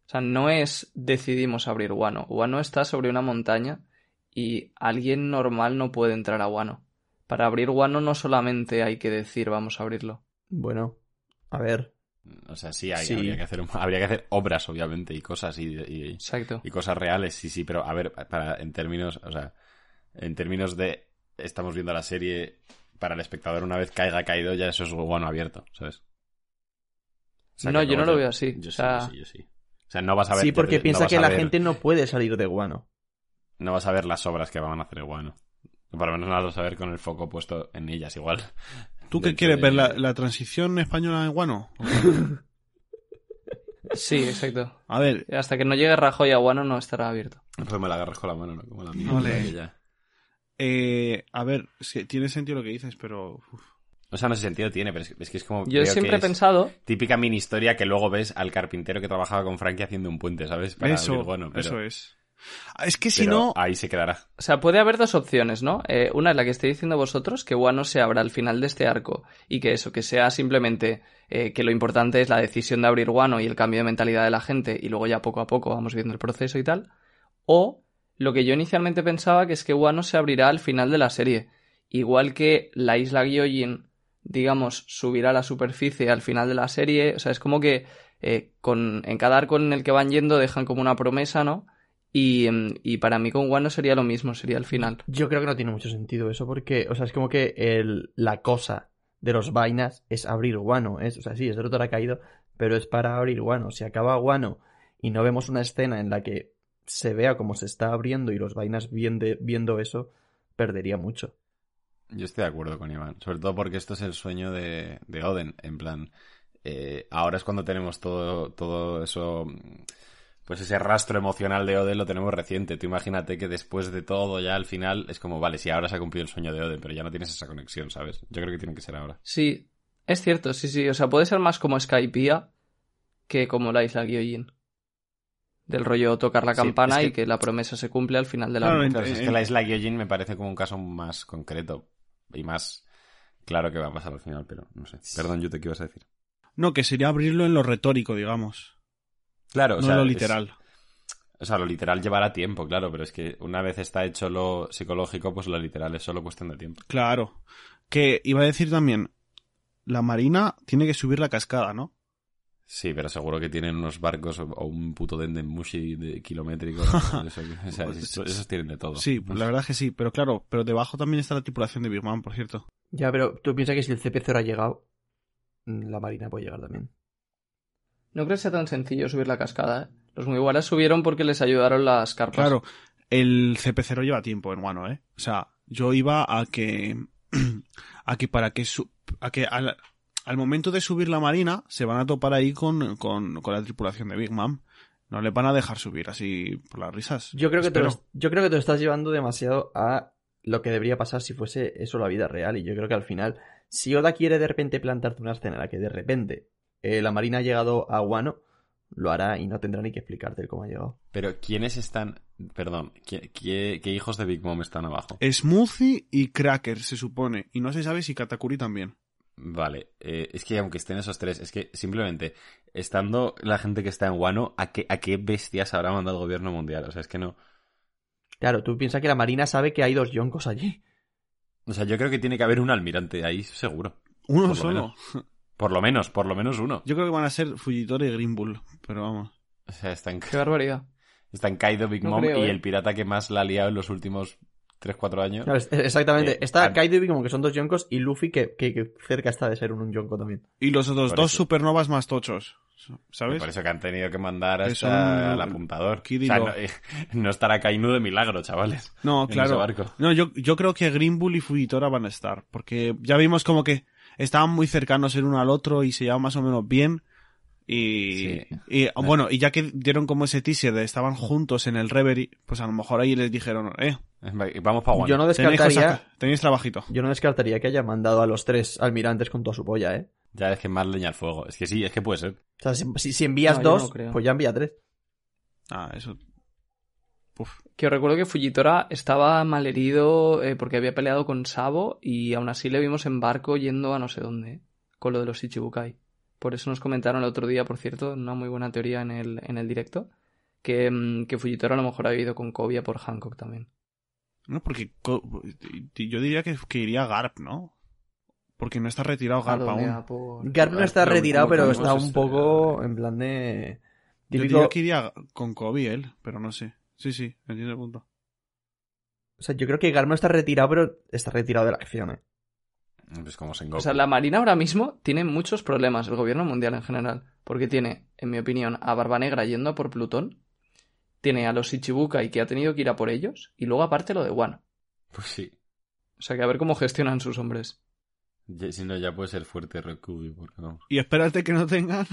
E: O sea, no es decidimos abrir Wano. Wano está sobre una montaña y alguien normal no puede entrar a Wano. Para abrir Wano no solamente hay que decir vamos a abrirlo.
C: Bueno, a ver.
B: O sea, sí, hay-
C: Sí.
B: Habría, que hacer, habría que hacer obras, obviamente, y cosas, y- y,
E: Exacto.
B: y cosas reales, sí, sí, pero a ver, para, en términos, o sea, en términos de estamos viendo la serie, para el espectador una vez caiga caído, ya eso es guano abierto, ¿sabes? O sea,
E: No,
B: que
E: yo no
B: acabas
E: lo
B: de-
E: veo así,
B: Yo
E: o
B: sí,
E: sea-
B: yo sí, yo sí. O sea, no vas a ver.
C: sí,
B: ya te
C: porque
B: digo, no
C: piensa
B: vas
C: que
B: a
C: la
B: ver-
C: gente no puede salir de Guano.
B: No vas a ver las obras que van a hacer en guano. Por lo menos no las vas a ver con el foco puesto en ellas, igual.
D: ¿Tú qué
B: Dentro
D: quieres
B: de-
D: ver? ¿La, la transición española en Guano?
E: Sí, exacto.
D: A ver,
E: Hasta que no llegue Rajoy a Guano no estará abierto.
B: Pues me la agarras con la mano, ¿no? Como la mía.
D: Ole.
B: que ya.
D: Eh, a ver, es que tiene sentido lo que dices, pero. uf.
B: O sea, no sé si sentido tiene, pero es, es que es como.
E: Yo
B: creo
E: siempre
B: que
E: he
B: es-
E: pensado,
B: típica mini historia que luego ves al carpintero que trabajaba con Frankie haciendo un puente, ¿sabes? Para
D: eso,
B: abrir guano, pero-
D: eso es. Ah, Es que si
B: pero
D: no.
B: ahí se quedará.
E: o sea, puede haber dos opciones, ¿no? Eh, una es la que estoy diciendo vosotros, que Guano se abra al final de este arco y que eso, que sea simplemente eh, que lo importante es la decisión de abrir Guano y el cambio de mentalidad de la gente y luego ya poco a poco vamos viendo el proceso y tal. O lo que yo inicialmente pensaba que es que Guano se abrirá al final de la serie. Igual que la isla Gyojin, digamos, subirá a la superficie al final de la serie. O sea, es como que eh, con, en cada arco en el que van yendo dejan como una promesa, ¿no? Y, em, y para mí con Wano sería lo mismo, sería el final.
C: Yo creo que no tiene mucho sentido eso porque, o sea, es como que el- la cosa de los vainas es abrir guano. Es, o sea, sí, es derrotar a caído, pero es para abrir guano. Si acaba guano y no vemos una escena en la que se vea cómo se está abriendo y los vainas viende- viendo eso, perdería mucho.
B: Yo estoy de acuerdo con Iván, sobre todo porque esto es el sueño de, de Oden, en plan, eh, ahora es cuando tenemos todo, todo eso, mm, pues ese rastro emocional de Oden lo tenemos reciente, tú imagínate que después de todo ya al final es como, vale, sí, ahora se ha cumplido el sueño de Oden, pero ya no tienes esa conexión, ¿sabes? Yo creo que tiene que ser ahora.
E: Sí, es cierto, sí, sí. O sea, puede ser más como Skypiea que como la isla Gyojin. Del rollo tocar la
B: Sí,
E: campana
B: es que-
E: y que la promesa se cumple al final de la...
D: Claro,
E: vida.
D: en-
B: Claro, si es
D: en-
B: que la isla Gyojin me parece como un caso más concreto y más claro que va a pasar al final, pero no sé. Perdón, Yute, ¿qué ibas a decir?
D: No, que sería abrirlo en lo retórico, digamos.
B: Claro, o
D: no
B: sea,
D: en lo
B: es-
D: literal.
B: O sea, lo literal llevará tiempo, claro, pero es que una vez está hecho lo psicológico, pues lo literal es solo cuestión de tiempo.
D: Claro. Que iba a decir también, la marina tiene que subir la cascada, ¿no?
B: Sí, pero seguro que tienen unos barcos o, o un puto denden mushi de kilométrico. ¿no? Eso que- o sea, eso- esos tienen de todo.
D: Pues Sí, la verdad es que sí, pero claro, pero debajo también está la tripulación de Big Man, por cierto.
C: Ya, pero tú piensas que si el CP0 ha llegado, mm, la Marina puede llegar también.
E: No creo que sea tan sencillo subir la cascada. ¿eh? Los Mugiwaras subieron porque les ayudaron las carpas.
D: Claro, el CP0 lleva tiempo en Guano, ¿eh? O sea, yo iba a que. a que para que. su- a que al, al momento de subir la marina, se van a topar ahí con, con, con la tripulación de Big Mom. No le van a dejar subir así por las risas.
C: Yo creo, que te lo,
D: Espero.
C: yo creo que te lo estás llevando demasiado a lo que debería pasar si fuese eso la vida real. Y yo creo que al final, si Oda quiere de repente plantarte una escena en la que de repente eh, la Marina ha llegado a Guano, lo hará y no tendrá ni que explicarte el cómo ha llegado.
B: Pero ¿quiénes están... Perdón, ¿qué, qué, qué hijos de Big Mom están abajo?
D: Smoothie y Cracker, se supone. Y no se sabe si Katakuri también.
B: Vale, eh, es que aunque estén esos tres, es que simplemente estando la gente que está en Guano, ¿a qué, a qué bestias habrá mandado el gobierno mundial? O sea, es que no...
C: Claro, tú piensas que la Marina sabe que hay dos yoncos allí.
B: O sea, yo creo que tiene que haber un almirante ahí, seguro. Por
D: Uno
B: lo
D: solo.
B: menos. Por lo menos, por lo menos uno.
D: Yo creo que van a ser Fujitora y Green Bull, pero vamos.
B: O sea, están,
E: Qué barbaridad.
B: están Kaido, Big
E: No
B: Mom
E: creo,
B: y
E: ¿eh?
B: el pirata que más la ha liado en los últimos 3-4 años.
C: Claro, es- es- exactamente.
B: Eh,
C: está
B: ah.
C: Kaido y como que son dos yoncos y Luffy que, que- que cerca está de ser un, un yonko también.
D: Y los otros
B: Por
D: dos
B: eso.
D: supernovas más tochos.
B: Y
D: ¿Sabes?
B: Por eso que han tenido que mandar
D: Es
B: hasta
D: un-
B: al apuntador.
D: Kid
B: O
D: y
B: sea,
D: lo-
B: no, eh, no estará Kainu de milagro, chavales.
D: No,
B: en
D: claro.
B: ese barco.
D: No, yo, yo creo que Green Bull y Fujitora van a estar, porque ya vimos como que estaban muy cercanos el uno al otro y se llevaban más o menos bien. Y,
B: Sí.
D: y,
B: No.
D: bueno, y ya que dieron como ese teaser de estaban juntos en el Reverie, pues a lo mejor ahí les dijeron, eh,
B: Eh, Vamos para
C: Yo no
D: tenéis, cosas
C: descartaría.
D: que- tenéis trabajito.
C: Yo no descartaría que haya mandado a los tres almirantes con toda su polla, ¿eh?
B: Ya es que más leña al fuego. Es que sí, es que puede ser.
C: O sea, si, si- si envías
E: No, yo no
C: dos,
E: lo creo.
C: pues ya envía tres.
D: Ah, eso. Uf.
E: Que os recuerdo que Fujitora estaba malherido eh, porque había peleado con Sabo y aún así le vimos en barco yendo a no sé dónde, eh, con lo de los Ichibukai. Por eso nos comentaron el otro día, por cierto, una muy buena teoría en el, en el directo, que, mm, que Fujitora a lo mejor había ido con Kobia por Hancock también.
D: No, porque co- yo diría que, que iría Garp, ¿no? Porque no está retirado Garp
E: ¿A dónde
D: aún.
E: va? Por-
C: Garp no está
B: Lo último
C: retirado,
B: que
C: pero
B: vimos
C: está
B: es-
C: un
E: eh,
C: poco en plan de.
D: Yo
C: típico-
D: diría que iría con Kobe él, pero no sé. Sí, sí, entiendo el punto.
C: O sea, yo creo que Garp no está retirado, pero está retirado de la acción, ¿eh?
B: Es como Sengoku.
E: O sea, la Marina ahora mismo tiene muchos problemas, el gobierno mundial en general, porque tiene, en mi opinión, a Barba Negra yendo a por Plutón, tiene a los Ichibukai que ha tenido que ir a por ellos, y luego aparte lo de Wano.
B: Pues sí.
E: O sea, que a ver cómo gestionan sus hombres.
B: Ya- Si no, ya puede ser fuerte Rokubi, porque no.
D: Y espérate que no tengan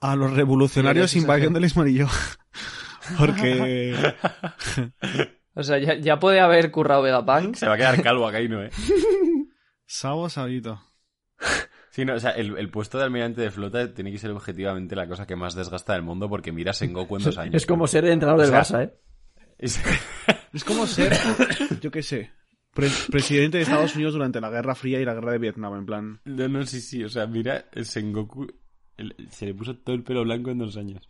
D: a los revolucionarios
E: Sí, gracias a
D: invadiendo
E: Dios.
D: el Ismarillo. Porque.
E: O sea, ya, ya puede haber currado Vegapunk.
B: Se va a quedar calvo a Kainu, eh.
D: Sabo, sabito.
B: Sí, no, o sea, el, el puesto de almirante de flota tiene que ser objetivamente la cosa que más desgasta del mundo porque mira a Sengoku en dos años.
C: Es como ser el entrenador
B: O sea,
C: del Barça, ¿eh?
B: Es-
D: Es como ser, yo qué sé, pre- presidente de Estados Unidos durante la Guerra Fría y la Guerra de Vietnam, en plan.
B: No, no, sí, sí, o sea, mira, el Sengoku el- se le puso todo el pelo blanco en dos años.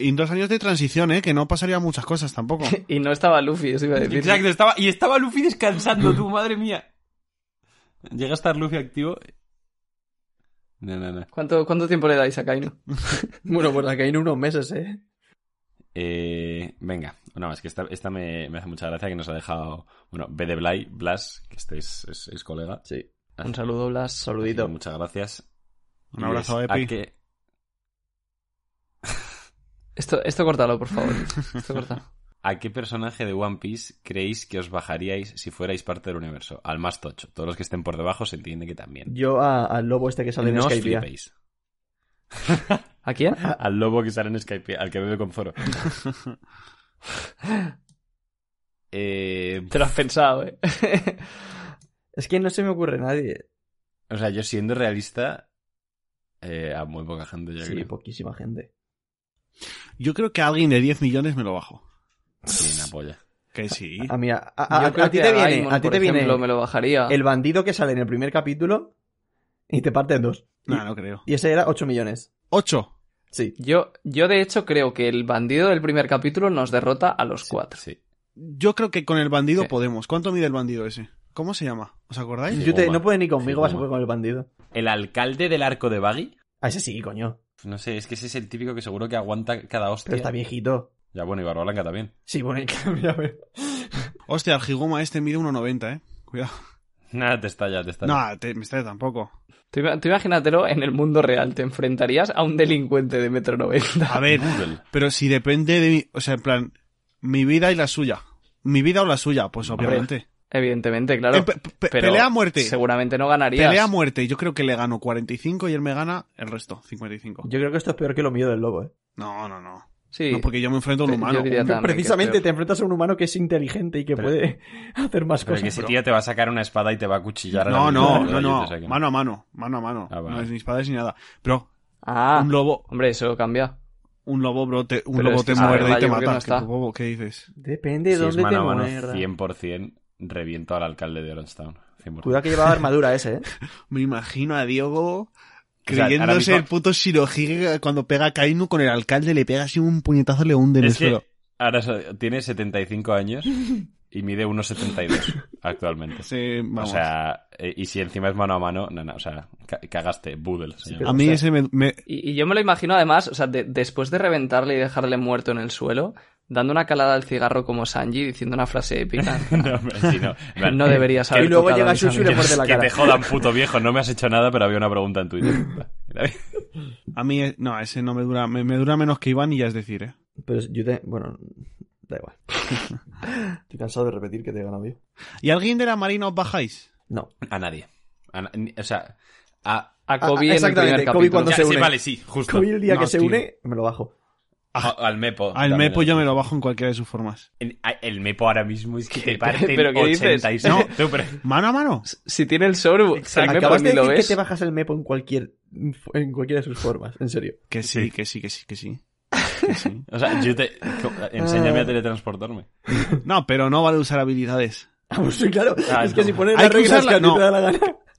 D: Y en dos años de transición, ¿eh? Que no pasaría muchas cosas tampoco.
E: Y no estaba Luffy, eso iba a decir.
B: Exacto, estaba, y estaba Luffy descansando, tú, madre mía. Llega a estar Luffy activo. No, no, no.
E: ¿Cuánto, ¿Cuánto tiempo le dais a Kainu?
C: Bueno, pues aquí en unos meses, ¿eh?
B: Eh, venga, una más, que esta, esta me, me hace mucha gracia que nos ha dejado, bueno, B de Blay, Blas, que este es, es- es colega.
C: Sí.
E: Un saludo, Blas.
B: Así que
E: Saludito.
B: Muchas gracias.
D: Un abrazo,
B: Y es
D: Epi.
B: que-
E: Esto, esto córtalo, por favor. Esto corta.
B: ¿A qué personaje de One Piece creéis que os bajaríais si fuerais parte del universo? Al más tocho. Todos los que estén por debajo se entiende que también.
C: Yo a- al lobo este que sale en
B: no os
C: Skype. ya.
B: flipéis.
E: ¿A quién?
B: Al lobo que sale en Skype, al que bebe con Zoro. Eh,
E: Te lo has pensado, eh.
C: Es que no se me ocurre nadie.
B: o sea, yo siendo realista, eh, a muy poca gente yo
C: Sí,
B: creo.
C: poquísima gente.
D: Yo creo que alguien de 10 millones me lo bajo.
B: Sí, una polla.
D: Que sí.
C: Ah, mira, a,
E: Yo
C: a-
E: creo
C: a ti
E: que
C: te viene,
E: Gaimon,
C: a ti
E: por
C: te viene
E: ejemplo, me lo bajaría.
C: el bandido que sale en el primer capítulo y te parte en dos.
D: No, no creo.
C: Y ese era 8 millones.
D: Ocho.
C: Sí.
E: Yo, yo de hecho creo que el bandido del primer capítulo nos derrota a los cuatro.
B: Sí.
D: Yo creo que con el bandido
E: Sí.
D: podemos. ¿Cuánto mide el bandido ese? ¿Cómo se llama? ¿Os acordáis?
B: Sí,
C: Yo te,
B: goma.
C: no puedes ni
B: Sí,
C: conmigo, vas a
B: goma.
C: jugar con el bandido.
B: ¿El alcalde del arco de Baggy?
C: Ah, ese sí, coño.
B: No sé, es que ese es el típico que seguro que aguanta cada hostia.
C: Pero está viejito.
B: Ya bueno, y Barba Blanca también.
C: Sí, bueno, y cambia, a ver.
D: Hostia, el Jigoma este mide 1,90, eh. Cuidado.
B: Nada, te estalla, te estalla.
D: No, te, me está tampoco.
E: Tú, ima- tú imagínatelo en el mundo real. Te enfrentarías a un delincuente de metro noventa.
D: A ver,
B: Google.
D: pero si depende de mi. O sea, en plan, mi vida y la suya. Mi vida o la suya, pues
E: Hombre,
D: obviamente.
E: Evidentemente, claro.
C: Em,
D: Eh, pe- pe-
E: pero
D: pelea a muerte.
E: Seguramente no ganarías.
D: Pelea a muerte. Yo creo que le gano 45 y él me gana el resto, 55.
C: Yo creo que esto es peor que lo mío del lobo, eh.
D: No, no, no.
E: Sí.
D: No, porque yo me enfrento a un
E: Yo
D: humano.
E: diría- Ya también, que es
C: Precisamente
E: peor.
C: te enfrentas a un humano que es inteligente y que
B: Pero-
C: puede hacer más
B: Pero que
C: cosas.
B: ese tío te va a sacar una espada y te va a cuchillar.
D: No, no, no, no. Mano a mano, mano a mano.
B: Ah, vale.
D: No es ni espadas ni nada. Pero
E: Ah,
D: un lobo,
E: hombre, eso cambia.
D: un lobo, bro, te, un
E: Pero
D: lobo
E: es que
D: te
E: esa
D: muerde
E: verdad
D: y te
E: yo creo que
D: mata.
E: no
D: ¿Qué,
E: está.
D: bobo, ¿Qué dices?
C: Depende
B: Si
C: de
B: es
C: dónde te
B: mano a mano,
C: muerda.
B: 100% reviento al alcalde de Orange Town. 100%.
C: Cuidado que llevaba armadura ese, eh.
D: Me imagino a Diego
B: sea, ahora
D: creyéndose
B: mismo-
D: el puto Shirohige cuando pega a Kainu con el alcalde, le pega así un puñetazo, le hunde en el
B: Es
D: suelo.
B: que ahora so- tiene 75 años y mide 1,72 actualmente.
D: Sí, vamos.
B: O sea, eh, y si encima es mano a mano, no, no, o sea, ca- cagaste, Boodle. se llama.
D: a mí
C: o sea-
D: ese me, me-
E: Y, y yo me lo imagino además, o sea, de- después de reventarle y dejarle muerto en el suelo, dando una calada al cigarro como Sanji, diciendo una frase épica.
B: No, hombre, sí, no. En plan,
E: No deberías haber
C: Y luego
E: tocado
C: llega
E: a mis
C: Shushu y le
E: amigos.
C: muerde la
B: que
C: cara.
B: te jodan, puto viejo. No me has hecho nada, pero había una pregunta en Twitter.
D: a mí, no, ese no me dura, me, me dura menos que Iván y ya es decir, eh.
C: Pero yo te. Bueno, da igual. Estoy cansado de repetir que te he ganado yo.
D: ¿Y alguien de la marina os bajáis?
C: No.
B: A nadie. A na- ni- o sea, a...
E: A Kobe en el
C: Exactamente,
E: primer
C: Kobe
E: capítulo.
C: cuando
B: Ya,
C: se
B: sí,
C: une.
B: vale, sí, justo.
C: Kobe el día
D: No,
C: que se
D: tío.
C: une, me lo bajo.
B: A- al Mepo.
D: Al
B: también.
D: Ah, Mepo yo me lo bajo en cualquiera de sus formas.
B: El, a- el Mepo ahora mismo es que te parte
E: pero qué dices?
B: 86.
D: No.
B: tú, pero-
D: ¿Mano a mano?
E: Si tiene el Soru,
B: Exacto.
E: el Mepo
C: Acabas de
E: ni lo
C: decir que
E: ves.
C: te bajas el mepo en cualquier en cualquiera de sus formas, en serio.
D: Que sí, que sí, que sí, que sí. Que sí.
B: O sea, yo te... co-
E: Ah.
B: Enséñame a teletransportarme.
D: No, pero no vale usar habilidades.
C: Ah, pues sí, claro.
B: Ah,
C: es que
B: no.
C: si pones
D: Hay
C: las
D: que
C: reglas que
D: usarla-
C: a ti
D: no.
C: te da la gana.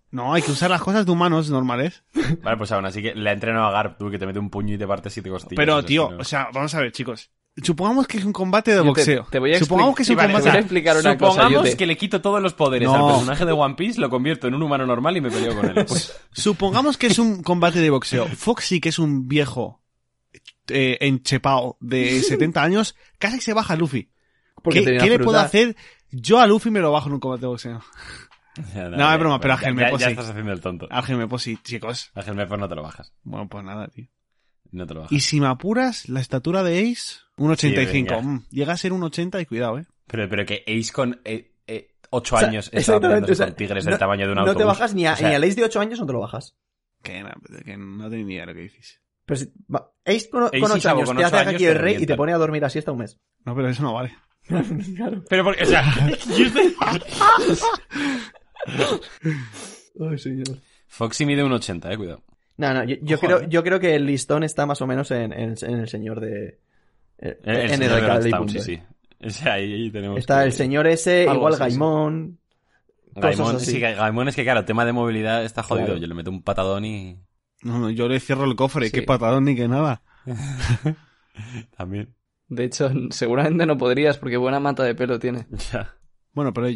D: No, hay que usar las cosas de humanos normales.
B: Vale, pues aún así que le entreno a Garp, tú, que te mete un puño y te parte siete costillas.
D: Pero,
B: Eso
D: tío,
B: sí, ¿no?
D: o sea, vamos a ver, chicos. Supongamos que es un combate de
E: Yo te-
D: boxeo.
E: te voy a
D: Supongamos que es
E: sí,
D: un
E: vale, te voy a
D: combate.
E: explicar una cosa.
B: Supongamos
E: yo te-
B: que le quito todos los poderes
D: No.
B: al personaje de One Piece, lo convierto en un humano normal y me peleo con él. Pues,
D: Supongamos que es un combate de boxeo. Foxy, que es un viejo eh, enchepao de 70 años, casi se baja a Luffy.
C: Porque
D: ¿Qué,
C: tenía
D: qué le puedo
C: fruta.
D: hacer? Yo a Luffy me lo bajo en un combate de boxeo.
B: ya,
D: No, es broma, pero
B: ya-
D: Ángel Mepo
B: pues ya, ya
D: sí.
B: estás haciendo el tonto.
D: Ángel me pues sí, chicos.
B: Ángel Mepo no te lo bajas.
D: Bueno, pues nada, tío.
B: No te lo
D: Y
B: bajas.
D: si me apuras, la estatura de Ace, un 85.
B: venga.
D: Mm, llega a ser un 80 y cuidado, eh.
B: Pero, pero que Ace con eh, eh, ocho
C: O sea,
B: años estaba
C: exactamente,
B: peleándose
C: o sea,
B: con tigres
C: no-
B: del tamaño de un
C: No
B: autobús.
C: te bajas ni a,
B: O sea,
C: ni a Lace de 8 años, no te lo bajas.
D: Que, na- que no tenía ni idea de lo que dices.
C: Pero si, va, Ace con,
B: Ace
C: con
B: y
C: 8
B: Sabo
C: años
B: con
C: te
B: ocho
C: hace
B: años
C: aquí
B: te
C: el rey y te
B: revientan.
C: pone a dormir así hasta un mes.
D: No, pero eso no vale.
C: claro.
B: Pero porque, o sea, yo estoy-
C: Ay, señor.
B: Foxy mide un 80, eh, cuidado.
C: No, no, yo, yo
D: Ojo,
C: creo,
D: eh.
C: yo creo que el listón está más o menos en, en- en el señor de...
B: El, el
C: en
B: señor
C: el
B: de
C: alcalde
B: Orange
C: y
B: Town,
C: punto.
B: sí, sí. O sea, ahí, ahí tenemos...
C: Está
B: que-
C: el señor ese,
E: Algo
C: igual
E: así, sí.
C: Gaimón. cosas
B: Gaimón,
C: así.
B: sí, Ga- Gaimón es que, claro, tema de movilidad está jodido.
C: Claro.
B: Yo le meto un patadón y...
D: No, no, yo le cierro el cofre,
E: Sí.
D: qué patadón ni que nada.
B: También.
E: De hecho, seguramente no podrías porque buena mata de pelo tiene.
B: Ya.
D: Bueno, pero,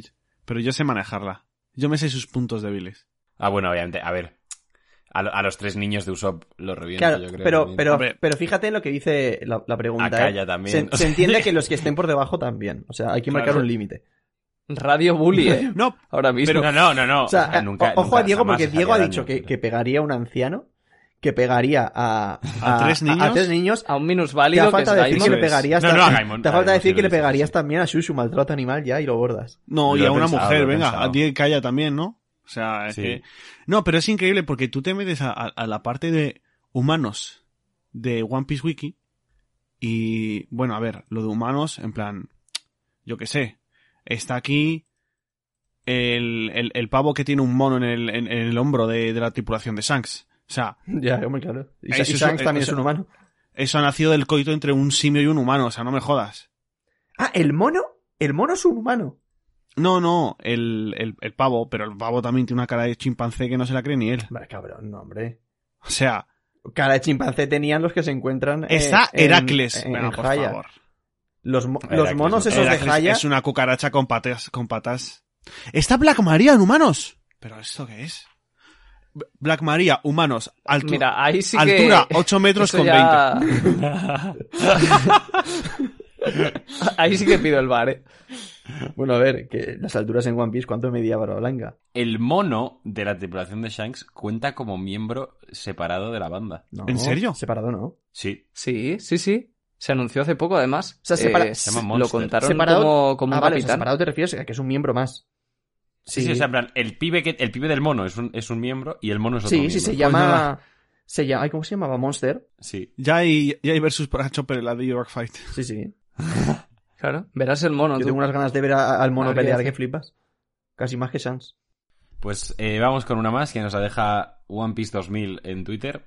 D: pero yo sé manejarla. Yo me sé sus puntos débiles.
B: Ah, bueno, obviamente, a ver. A, lo- a los tres niños de Usopp lo revienta,
C: Claro,
B: yo creo.
C: pero,
B: también.
C: pero,
D: Hombre.
C: pero fíjate lo que dice la, la pregunta.
B: Acá
C: ¿eh?
B: ya también,
C: Se,
B: o sea.
C: se entiende que los que estén por debajo también. O sea, hay que marcar
D: Claro.
C: un límite.
E: Radio bully, ¿eh?
D: No,
E: Ahora mismo.
B: No, no, no, no.
C: O sea,
B: O sea,
C: eh,
B: nunca-
C: o- ojo
B: nunca
C: a Diego
B: jamás
C: porque
B: les haría
C: Diego ha
B: daño,
C: dicho que,
B: pero-
C: que pegaría a un anciano, que pegaría a,
D: ¿A tres niños?
C: tres niños.
E: A un
C: Te
E: minusválido
C: da
E: que es
C: falta decir
E: Daimon.
C: que le
D: Eso es.
C: pegarías,
B: pues- No, no,
C: tam-
B: a Gaimon.
C: te
B: A
C: falta
B: Gaimon
C: decir
B: sí
C: que
B: lo
C: le
B: dice,
C: pegarías
B: sí.
C: también a Shushu, maltrato animal ya y lo bordas.
D: no,
B: Lo
D: y
B: he
D: a una
B: pensado, lo
D: mujer,
B: he
D: venga,
B: pensado.
D: a ti calla también, ¿no? O sea, es
B: Sí.
D: que... No, pero es increíble porque tú te metes a, a- a la parte de humanos de One Piece Wiki y, bueno, a ver, lo de humanos, en plan, yo qué sé, está aquí el, el, el pavo que tiene un mono en el, en, en el hombro de, de la tripulación de Shanks. O sea,
C: Ya, hombre, claro. Y, Sa-
D: Eso
C: y
D: es-
B: eh,
C: Shanks también
D: eso-
C: es un humano.
D: eso ha nacido del coito entre un simio y un humano, o sea, no me jodas.
C: Ah, el mono, el mono es un humano.
D: No, no, el, el, el pavo, pero el pavo también tiene una cara de chimpancé que no se la cree ni él.
C: Hombre, cabrón, no, hombre.
D: O sea,
C: Cara de chimpancé tenían los que se encuentran. eh,
D: está
C: en-
D: Heracles.
C: en- en
D: Venga, por
C: Haya.
D: favor.
C: Los, mo-
B: Heracles,
C: los monos
B: ¿no?
C: esos de
D: Heracles
C: Jaya.
D: es una cucaracha con patas, con patas. Está Black Maria en humanos. ¿Pero esto qué es? B- Black Maria, humanos, altu-
E: Mira, ahí sí que...
D: altura 8 metros
E: eso
D: con
E: ya- ahí sí que pido el bar, ¿eh?
C: Bueno, a ver, que las alturas en One Piece, ¿cuánto medía Barba Blanca?
B: El mono de la tripulación de Shanks cuenta como miembro separado de la banda.
C: No,
D: ¿En serio?
C: Separado no.
B: Sí.
E: Sí, sí, sí. Se anunció hace poco, además.
C: sea, separa-
E: Eh,
B: Se llama
E: lo
B: Monster.
E: contaron
C: Separado-
E: como, como
C: ah,
E: un
C: vale, o sea,
E: capitán.
C: separado te refieres a que es un miembro más.
B: Sí, sí, o sea, en plan, el pibe, que, el pibe del mono es un, es un miembro y el mono es otro
C: sí,
B: miembro.
C: sí, se
D: nada.
B: Pues
C: llama... Se llama... ay, ¿Cómo se llamaba? Monster.
B: Sí.
D: Ya hay, ya hay versus para Chopper en la de York Fight.
C: Sí, sí.
E: Claro, verás el mono.
C: Yo
E: tú.
C: tengo unas ganas de ver a- al mono
E: Habría
C: pelear
E: que-
C: que flipas. Casi más que Sans.
B: Pues eh, vamos con una más que nos la deja One Piece 2000 en Twitter.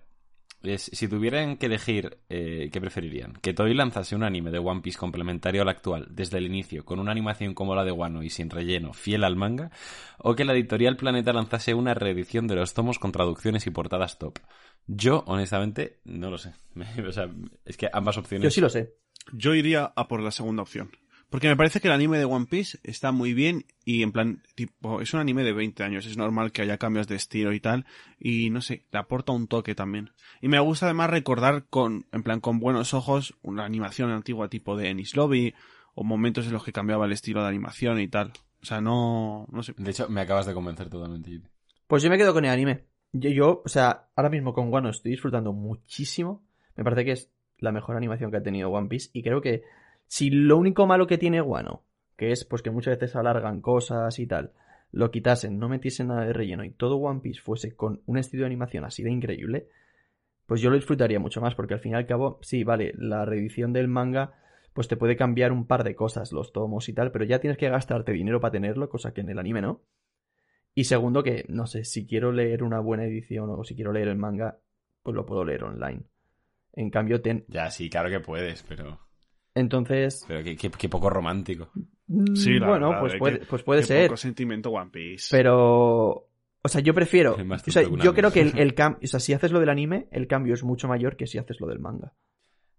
B: Es, si tuvieran que elegir, eh, ¿qué preferirían? ¿Que Toei lanzase un anime de One Piece complementario al actual, desde el inicio, con una animación como la de Wano y sin relleno, fiel al manga? ¿O que la editorial Planeta lanzase una reedición de los tomos con traducciones y portadas top? Yo, honestamente, no lo sé. o sea, es que ambas opciones...
C: Yo sí lo sé.
D: Yo iría a por la segunda opción. Porque me parece que el anime de One Piece está muy bien y en plan, tipo, es un anime de 20 años, es normal que haya cambios de estilo y tal, y no sé, le aporta un toque también. Y me gusta además recordar con, en plan, con buenos ojos, una animación antigua tipo de Ennis Lobby, o momentos en los que cambiaba el estilo de animación y tal. O sea, no, no sé.
B: De hecho, me acabas de convencer totalmente. Jimmy.
C: Pues yo me quedo con el anime. Yo, yo, o sea, ahora mismo con Wano estoy disfrutando muchísimo. Me parece que es la mejor animación que ha tenido One Piece. Y creo que si lo único malo que tiene Wano, que es pues que muchas veces alargan cosas y tal, lo quitasen, no metiesen nada de relleno y todo One Piece fuese con un estilo de animación así de increíble, pues yo lo disfrutaría mucho más. Porque al fin y al cabo, sí, vale, la reedición del manga pues te puede cambiar un par de cosas, los tomos y tal, pero ya tienes que gastarte dinero para tenerlo, cosa que en el anime no. Y segundo, que no sé, si quiero leer una buena edición o si quiero leer el manga, pues lo puedo leer online. En cambio, ten...
B: Ya, sí, claro que puedes, pero...
C: entonces.
B: Pero qué, qué- qué poco romántico.
D: Sí, la
C: bueno,
D: verdad,
C: pues
D: eh,
C: puede,
D: que-
C: pues puede
D: Qué
C: ser.
D: poco sentimiento One Piece.
C: Pero. O sea, yo prefiero.
B: Es más
C: O sea,
B: tonto que una
C: yo creo que
B: mierda.
C: el, cambio. O sea, si haces lo del anime, el cambio es mucho mayor que si haces lo del manga.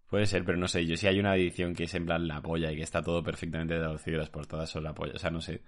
B: Puede ser, pero no sé. Yo si hay una edición que es en plan la polla y que está todo perfectamente traducido y las portadas son la polla. O sea, no sé.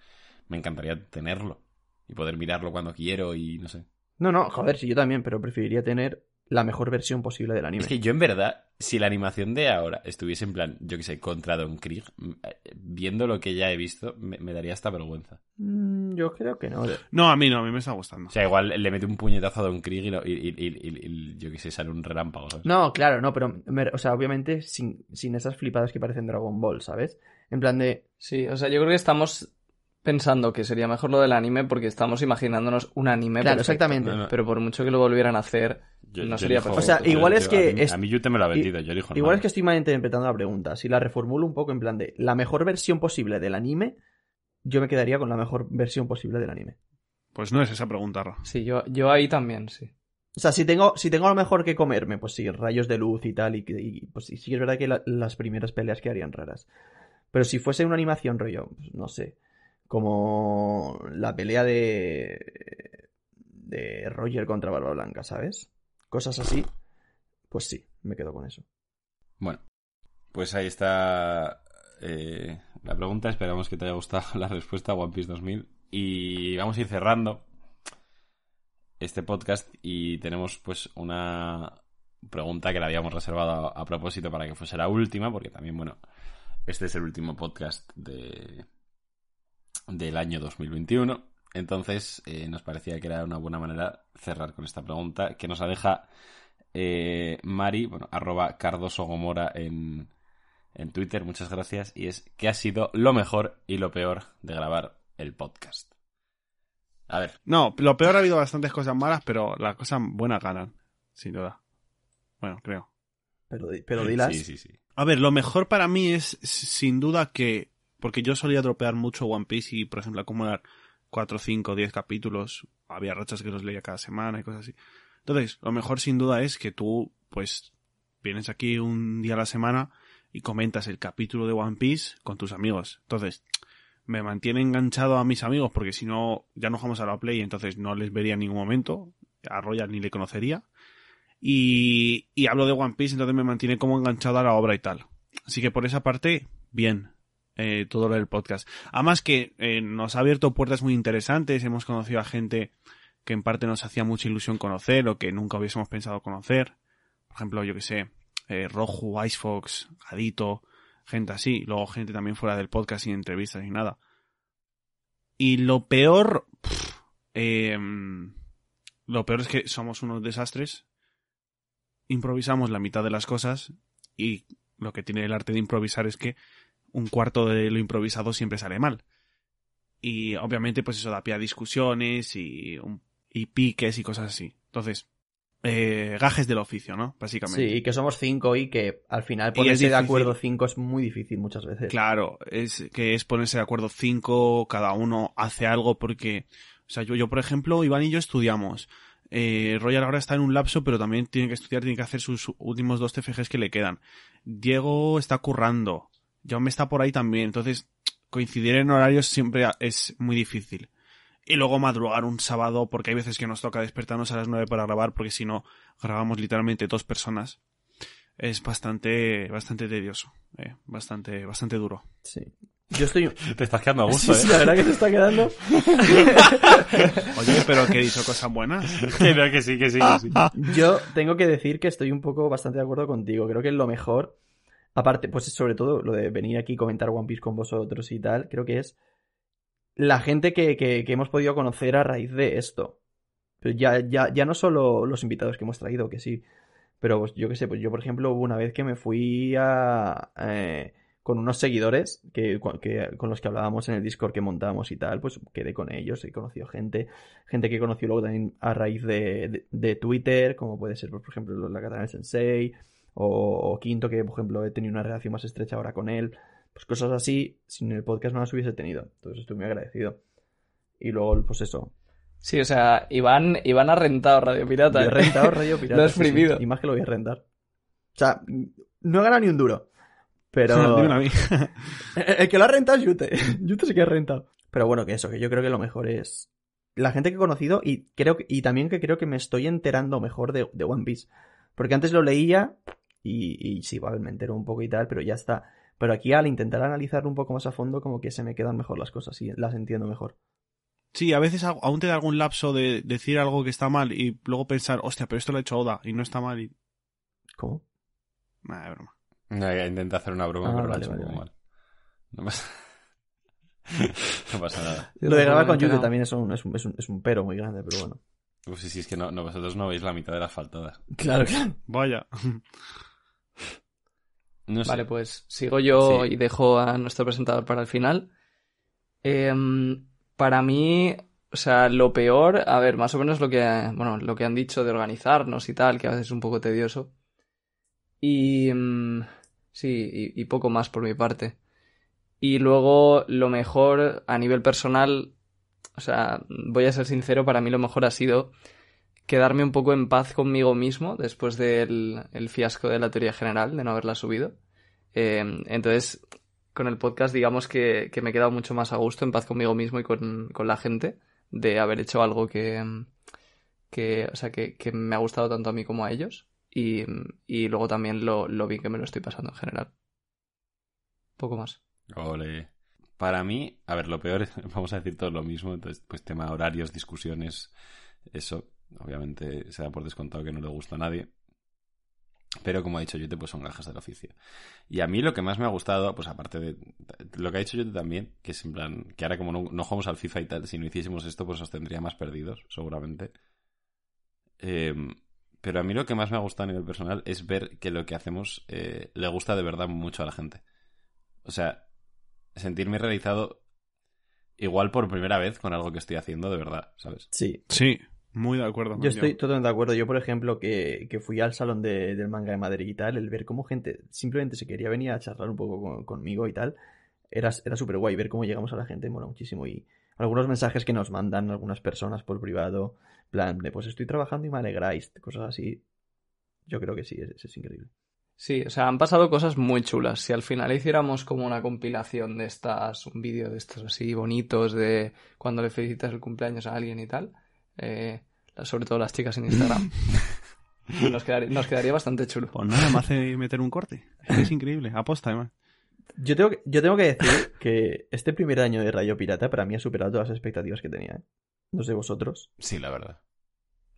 B: Me encantaría tenerlo y poder mirarlo cuando quiero y no sé.
C: No, no, joder, sí, yo también, pero preferiría tener la mejor versión posible del anime.
B: Es que yo en verdad, si la animación de ahora estuviese en plan, yo que sé, contra Don Krieg, m- eh, viendo lo que ya he visto, me, me daría hasta vergüenza.
C: Mm, yo creo que no.
D: No, a mí no, a mí me está gustando.
B: O sea, igual le mete un puñetazo a Don Krieg y, lo- y- y- y- y- y- yo que sé, sale un relámpago. ¿sabes?
C: No, claro, no, pero, me- o sea, obviamente sin, sin esas flipadas que parecen Dragon Ball, ¿sabes? En plan de,
E: Sí, o sea, yo creo que estamos pensando que sería mejor lo del anime porque estamos imaginándonos un anime.
C: Claro,
E: perfecto.
C: exactamente.
B: No, no.
E: Pero por mucho que lo volvieran a hacer,
B: Yo-
E: no
B: yo
E: sería
B: elijo-
E: perfecto.
C: O sea,
B: yo-
C: igual
B: yo-
C: es que
B: A mí,
C: es-
B: a mí Yute me lo ha vendido, yo elijo el
C: Igual es
B: manga.
C: que estoy malinterpretando la pregunta. Si la reformulo un poco en plan de la mejor versión posible del anime, yo me quedaría con la mejor versión posible del anime.
D: Pues no es esa pregunta, Ra.
E: Sí, yo, yo ahí también, sí.
C: O sea, si tengo, si tengo lo mejor que comerme, pues sí, rayos de luz y tal, y, que- y, pues sí, sí que es verdad que la- las primeras peleas quedarían raras. Pero si fuese una animación rollo, pues, no sé, como la pelea de de Roger contra Barba Blanca, ¿sabes? Cosas así, pues sí, me quedo con eso.
B: Bueno, pues ahí está eh, la pregunta. Esperamos que te haya gustado la respuesta One Piece 2000. Y vamos a ir cerrando. este podcast y tenemos pues una pregunta que la habíamos reservado a, a propósito para que fuese la última, porque también, bueno, este es el último podcast de del año 2021. Entonces, eh, nos parecía que era una buena manera cerrar con esta pregunta que nos la deja eh, Mari, bueno, arroba Cardoso Gomora en, en Twitter, muchas gracias. Y es, ¿qué ha sido lo mejor y lo peor de grabar el podcast? A ver,
D: No, lo peor ha habido bastantes cosas malas, pero las cosas buenas ganan, sin duda. Bueno, creo.
C: Pero, di- pero dilas.
B: Sí, sí, sí.
D: A ver, lo mejor para mí es s- sin duda que. Porque yo solía tropear mucho One Piece y, por ejemplo, acumular 4, 5, 10 capítulos. Había rachas que los leía cada semana y cosas así. Entonces, lo mejor sin duda es que tú, pues, vienes aquí un día a la semana y comentas el capítulo de One Piece con tus amigos. Entonces, me mantiene enganchado a mis amigos porque si no, ya no jugamos a la Play, entonces no les vería en ningún momento. A Royal ni le conocería y, y hablo de One Piece, entonces me mantiene como enganchado a la obra y tal. Así que por esa parte, bien. eh, todo lo del podcast. Además que eh, nos ha abierto puertas muy interesantes, hemos conocido a gente que en parte nos hacía mucha ilusión conocer o que nunca hubiésemos pensado conocer. Por ejemplo, yo que sé, eh, Rojo, Icefox, Adito, gente así. Luego gente también fuera del podcast sin entrevistas ni nada. Y lo peor... pff, em, lo peor es que somos unos desastres improvisamos la mitad de las cosas y lo que tiene el arte de improvisar es que un cuarto de lo improvisado siempre sale mal. Y obviamente pues eso da pie a discusiones y, un- y piques y cosas así. Entonces, eh, gajes del oficio, ¿no? Básicamente.
C: Sí, y que somos cinco y que al final
D: es
C: ponerse de
D: difícil.
C: acuerdo cinco es muy difícil muchas veces.
D: Claro, es que es ponerse de acuerdo cinco, cada uno hace algo porque, o sea, yo, yo por ejemplo, Iván y yo estudiamos. Eh, Royal ahora está en un lapso, pero también tiene que estudiar, tiene que hacer sus últimos dos TFGs que le quedan. Diego está currando, John me está por ahí también, entonces coincidir en horarios siempre a- es muy difícil. Y luego madrugar un sábado, porque hay veces que nos toca despertarnos a las nueve para grabar, porque si no, grabamos literalmente dos personas. Es bastante, bastante tedioso, eh, bastante, bastante duro.
C: Sí. Yo estoy...
B: Te estás quedando a
C: Sí,
B: gusto,
C: sí,
B: ¿eh?
C: la verdad que se está quedando...
D: Oye, pero que he dicho cosas buenas.
B: Que no, que sí, que sí, que sí.
C: Ah, Yo tengo que decir que estoy un poco bastante de acuerdo contigo. Creo que lo mejor, aparte, pues sobre todo lo de venir aquí y comentar One Piece con vosotros y tal, creo que es la gente que, que- que hemos podido conocer a raíz de esto. Pero ya, ya, ya no solo los invitados que hemos traído, que sí. Pero pues, yo qué sé, pues yo por ejemplo hubo una vez que me fui a... eh, con unos seguidores que, que- con los que hablábamos en el Discord que montamos y tal, pues quedé con ellos, he conocido gente, gente que conoció luego también a raíz de, de- de Twitter, como puede ser, pues, por ejemplo, la Katana del Sensei, o, o Quinto, que por ejemplo he tenido una relación más estrecha ahora con él, pues cosas así, sin el podcast no las hubiese tenido. Entonces estoy muy agradecido. Y luego, pues eso.
E: Sí, o sea, Iván, Iván ha rentado Radio Pirata.
C: Yo he
E: ¿eh?
C: rentado Radio Pirata.
E: Lo has
C: sí, sí,
E: prohibido.
C: y más que lo voy a rentar. O sea, no he ganado ni un duro. Pero.
D: Dímelo a mí.
C: El que lo ha rentado es Yute. Yute sí que ha rentado. Pero bueno, que eso, que yo creo que lo mejor es la gente que he conocido y creo que- y también que creo que me estoy enterando mejor de, de One Piece. Porque antes lo leía y, y sí, vale, me entero un poco y tal, pero ya está. Pero aquí al intentar analizarlo un poco más a fondo, como que se me quedan mejor las cosas y las entiendo mejor.
D: Sí, a veces au- aún te da algún lapso de decir algo que está mal y luego pensar, hostia, pero esto lo ha hecho Oda y no está mal y...
C: ¿Cómo?
D: Nah, es broma.
B: No, ya intenté hacer una broma,
C: Ah,
B: pero la he
C: vale,
B: hecho
C: vale,
B: un poco
C: vale.
B: mal. No pasa... no pasa nada.
E: Yo
C: lo de grabar
E: tampoco me
C: con
E: he
C: Yute
E: enterado.
C: también es un, es, un, es un- es un pero muy grande, pero bueno.
B: Uf, Pues sí, sí, es que no, no, vosotros no veis la mitad de las faltadas.
C: Claro, claro.
D: Vaya.
B: No sé.
E: Vale, pues sigo yo
B: Sí.
E: y dejo a nuestro presentador para el final. Em, para mí, o sea, lo peor, a ver, más o menos lo que, bueno, lo que han dicho de organizarnos y tal, que a veces es un poco tedioso. Y em, sí, y, y poco más por mi parte. Y luego, lo mejor a nivel personal, o sea, voy a ser sincero, para mí lo mejor ha sido quedarme un poco en paz conmigo mismo después del el fiasco de la teoría general, de no haberla subido. Eh, entonces, con el podcast, digamos que, que me he quedado mucho más a gusto, en paz conmigo mismo y con, con la gente, de haber hecho algo que, mm, que o sea, que, que me ha gustado tanto a mí como a ellos. Y, mm, y luego también lo, lo bien que me lo estoy pasando en general. Poco más.
B: Ole. Para mí, a ver, lo peor, es- vamos a decir todo lo mismo, entonces, pues tema horarios, discusiones, eso. Obviamente se da por descontado que no le gusta a nadie. Pero como ha dicho Yute, pues son gajas del oficio. Y a mí lo que más me ha gustado, pues aparte de lo que ha dicho Yute también, que es en plan, que ahora como no, no jugamos al FIFA y tal, si no hiciésemos esto, pues os tendría más perdidos, seguramente. Eh, pero a mí lo que más me ha gustado a nivel personal es ver que lo que hacemos eh, le gusta de verdad mucho a la gente. O sea, sentirme realizado igual por primera vez con algo que estoy haciendo de verdad, ¿sabes?
C: Sí.
D: Sí, muy de acuerdo.
C: Yo
D: Mandio.
C: estoy totalmente de acuerdo. Yo, por ejemplo, que, que fui al salón de- del manga de Madrid y tal, el ver cómo gente simplemente se quería venir a charlar un poco con- conmigo y tal, era, era súper guay. Ver cómo llegamos a la gente mola muchísimo. Y algunos mensajes que nos mandan algunas personas por privado, plan, de, pues estoy trabajando y me alegráis, cosas así. Yo creo que sí, es, es increíble.
E: Sí, o sea, han pasado cosas muy chulas. Si al final hiciéramos como una compilación de estas, un vídeo de estos así bonitos de cuando le felicitas el cumpleaños a alguien y tal, eh, sobre todo las chicas en Instagram, nos quedaría, nos quedaría bastante chulo.
D: Pues nada, me hace meter un corte. Es increíble, aposta además.
C: Yo tengo, que, yo tengo que decir que este primer año de Radio Pirata para mí ha superado todas las expectativas que tenía. ¿eh? No sé vosotros.
B: Sí, la verdad.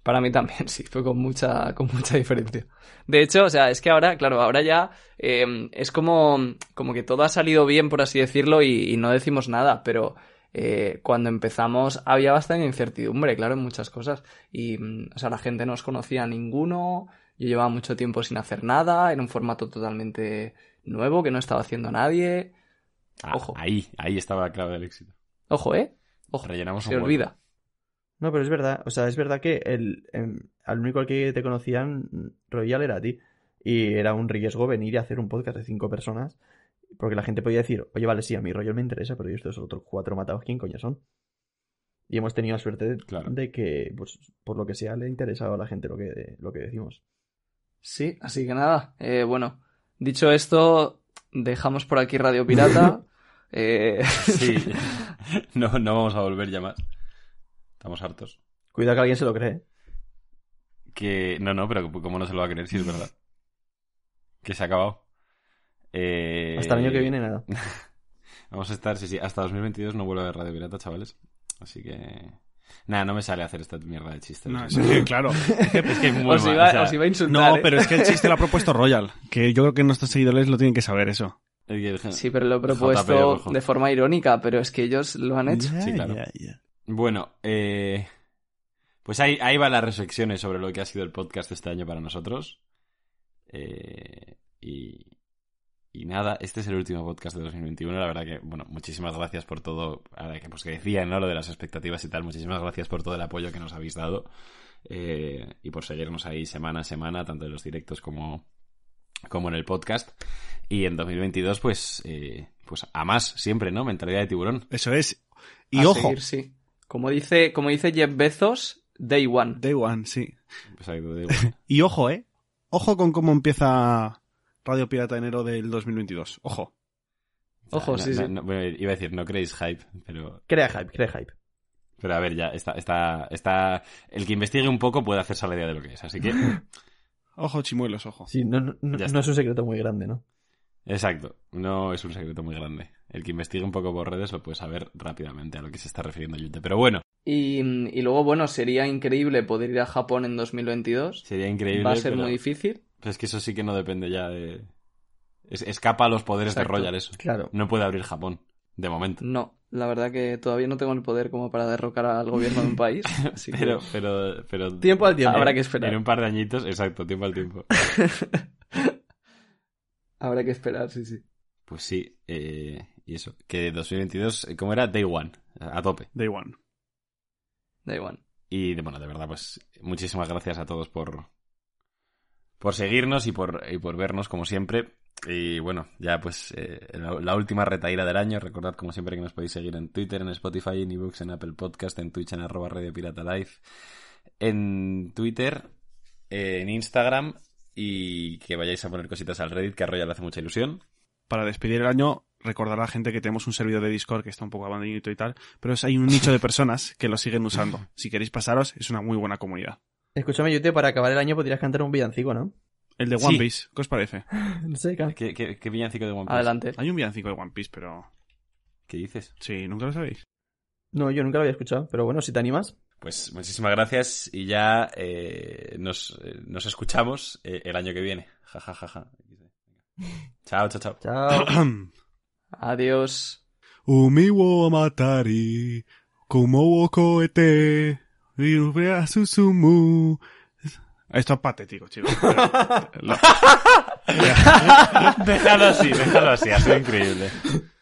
E: Para mí también, sí, fue con mucha, con mucha diferencia. De hecho, o sea, es que ahora, claro, ahora ya eh, es como, como que todo ha salido bien, por así decirlo, y, y no decimos nada, pero eh, cuando empezamos había bastante incertidumbre, claro, en muchas cosas. Y, mm, o sea, la gente no os conocía a ninguno, yo llevaba mucho tiempo sin hacer nada, era un formato totalmente nuevo que no estaba haciendo nadie.
B: Ah,
E: Ojo.
B: Ahí, ahí estaba la clave del éxito.
E: Ojo, ¿eh? Ojo,
B: Rellenamos un
E: se
B: hueco.
E: olvida.
C: No, pero es verdad. O sea, es verdad que el, em, al único al que te conocían, mm, Royal era a ti. Y era un riesgo venir y hacer un podcast de cinco personas. Porque la gente podía decir, oye, vale, sí, a mí Royal me interesa, pero yo estos otros cuatro matados, ¿quién coño son? Y hemos tenido la suerte de,
B: Claro.
C: de que, pues, por lo que sea, le ha interesado a la gente lo que, lo que decimos.
E: Sí, así que nada, eh, bueno, dicho esto, dejamos por aquí Radio Pirata. Eh,
B: Sí. no, no vamos a volver ya más. Estamos hartos.
C: Cuidado que alguien se lo cree. ¿eh?
B: Que. No, no, pero ¿cómo no se lo va a creer si es verdad? Que se ha acabado. Eh,
C: Hasta el año que viene, nada.
B: Vamos a estar, sí, sí, hasta 2022 no vuelvo a ver Radio Pirata, chavales. Así que. Nada, no me sale hacer esta mierda de chistes.
D: No, es que, claro.
B: es que es muy
E: os,
B: mal,
E: iba,
B: o sea,
E: os iba a insultar.
D: No,
E: ¿eh?
D: pero es que el chiste lo ha propuesto Royal. Que yo creo que nuestros seguidores lo tienen que saber eso.
B: es que-
E: Sí, pero lo he
B: JP,
E: propuesto
B: ojo.
E: de forma irónica, pero es que ellos lo han hecho.
B: Sí, claro.
D: Ya, ya.
B: Bueno, eh, pues ahí, ahí van las reflexiones sobre lo que ha sido el podcast este año para nosotros. Eh, y, y nada, este es el último podcast de 2021. La verdad que, bueno, muchísimas gracias por todo. Ahora que, pues que decía, ¿no? Lo de las expectativas y tal. Muchísimas gracias por todo el apoyo que nos habéis dado. eh, y por seguirnos ahí semana a semana, tanto en los directos como, como en el podcast. Y en 2022, pues, eh, pues a más siempre, ¿no? Mentalidad de tiburón.
D: Eso es. Y
E: A
D: ojo,
E: seguir, sí. Como dice, como dice Jeff Bezos, Day One.
D: Day One, sí.
B: Pues ahí lo digo.
D: Y ojo, eh. Ojo con cómo empieza Radio Pirata enero del 2022. Ojo.
E: Ojo,
B: No,
E: sí,
B: no,
E: sí.
B: no, bueno, iba a decir, no creéis hype, pero,
C: Crea hype, crea hype.
B: pero a ver, ya está, está, está. El que investigue un poco puede hacerse la idea de lo que es. Así que,
D: Ojo, chimuelos, ojo.
C: Sí, no, no- no-
B: Ya
C: no es un secreto muy grande, ¿no?
B: exacto, no es un secreto muy grande. El que investigue un poco por redes lo puede saber rápidamente a lo que se está refiriendo Yute. Pero bueno,
E: Y, y luego, bueno, sería increíble poder ir a Japón en 2022.
B: sería increíble.
E: Va a ser
B: pero-
E: muy difícil.
B: pero es que eso sí que no depende ya de. es- escapa a los poderes
E: Exacto.
B: de Royal eso.
C: Claro.
B: No puede abrir Japón, de momento.
E: No, la verdad que todavía no tengo el poder como para derrocar al gobierno de un país. Así que
B: Pero, pero, pero.
C: Tiempo al tiempo.
E: habrá que esperar.
B: En un par de añitos, exacto, tiempo al tiempo.
E: Habrá que esperar, sí, sí.
B: Pues sí, eh, y eso, que 2022, eh, ¿cómo era? Day One, a tope.
D: Day One.
E: Day One.
B: Y de- bueno, de verdad, pues muchísimas gracias a todos por, por seguirnos y por, y por vernos, como siempre. Y bueno, ya pues eh, la, la última retaíla del año. Recordad, como siempre, que nos podéis seguir en Twitter, en Spotify, en ebooks, en Apple Podcast, en Twitch, en arroba Radio Pirata Live, en Twitter, eh, en Instagram y que vayáis a poner cositas al Reddit, que a Royal le hace mucha ilusión.
D: Para despedir el año, recordar a la gente que tenemos un servidor de Discord que está un poco abandonadito y tal, pero es- hay un nicho de personas que lo siguen usando. Si queréis pasaros, es una muy buena comunidad.
C: Escúchame, Yute, para acabar el año podrías cantar un villancico, ¿no?
D: El de One
B: Sí.
D: Piece, ¿qué os parece?
C: No sé, can-
B: ¿Qué, qué, qué villancico de One Piece?
E: Adelante.
D: Hay un villancico de One Piece, pero...
B: ¿Qué dices?
D: Sí, nunca lo sabéis.
C: No, yo nunca lo había escuchado, pero bueno, si te animas.
B: Pues muchísimas gracias y ya eh, nos, eh, nos escuchamos eh, el año que viene. Ja, ja, ja, ja. Chao, chao, chao.
C: Chao.
E: Adiós.
D: 海を渡り、雲を越えて、リは進む。Esto es patético, chicos. Lo-
B: Déjalo así, déjalo así, ha sido increíble.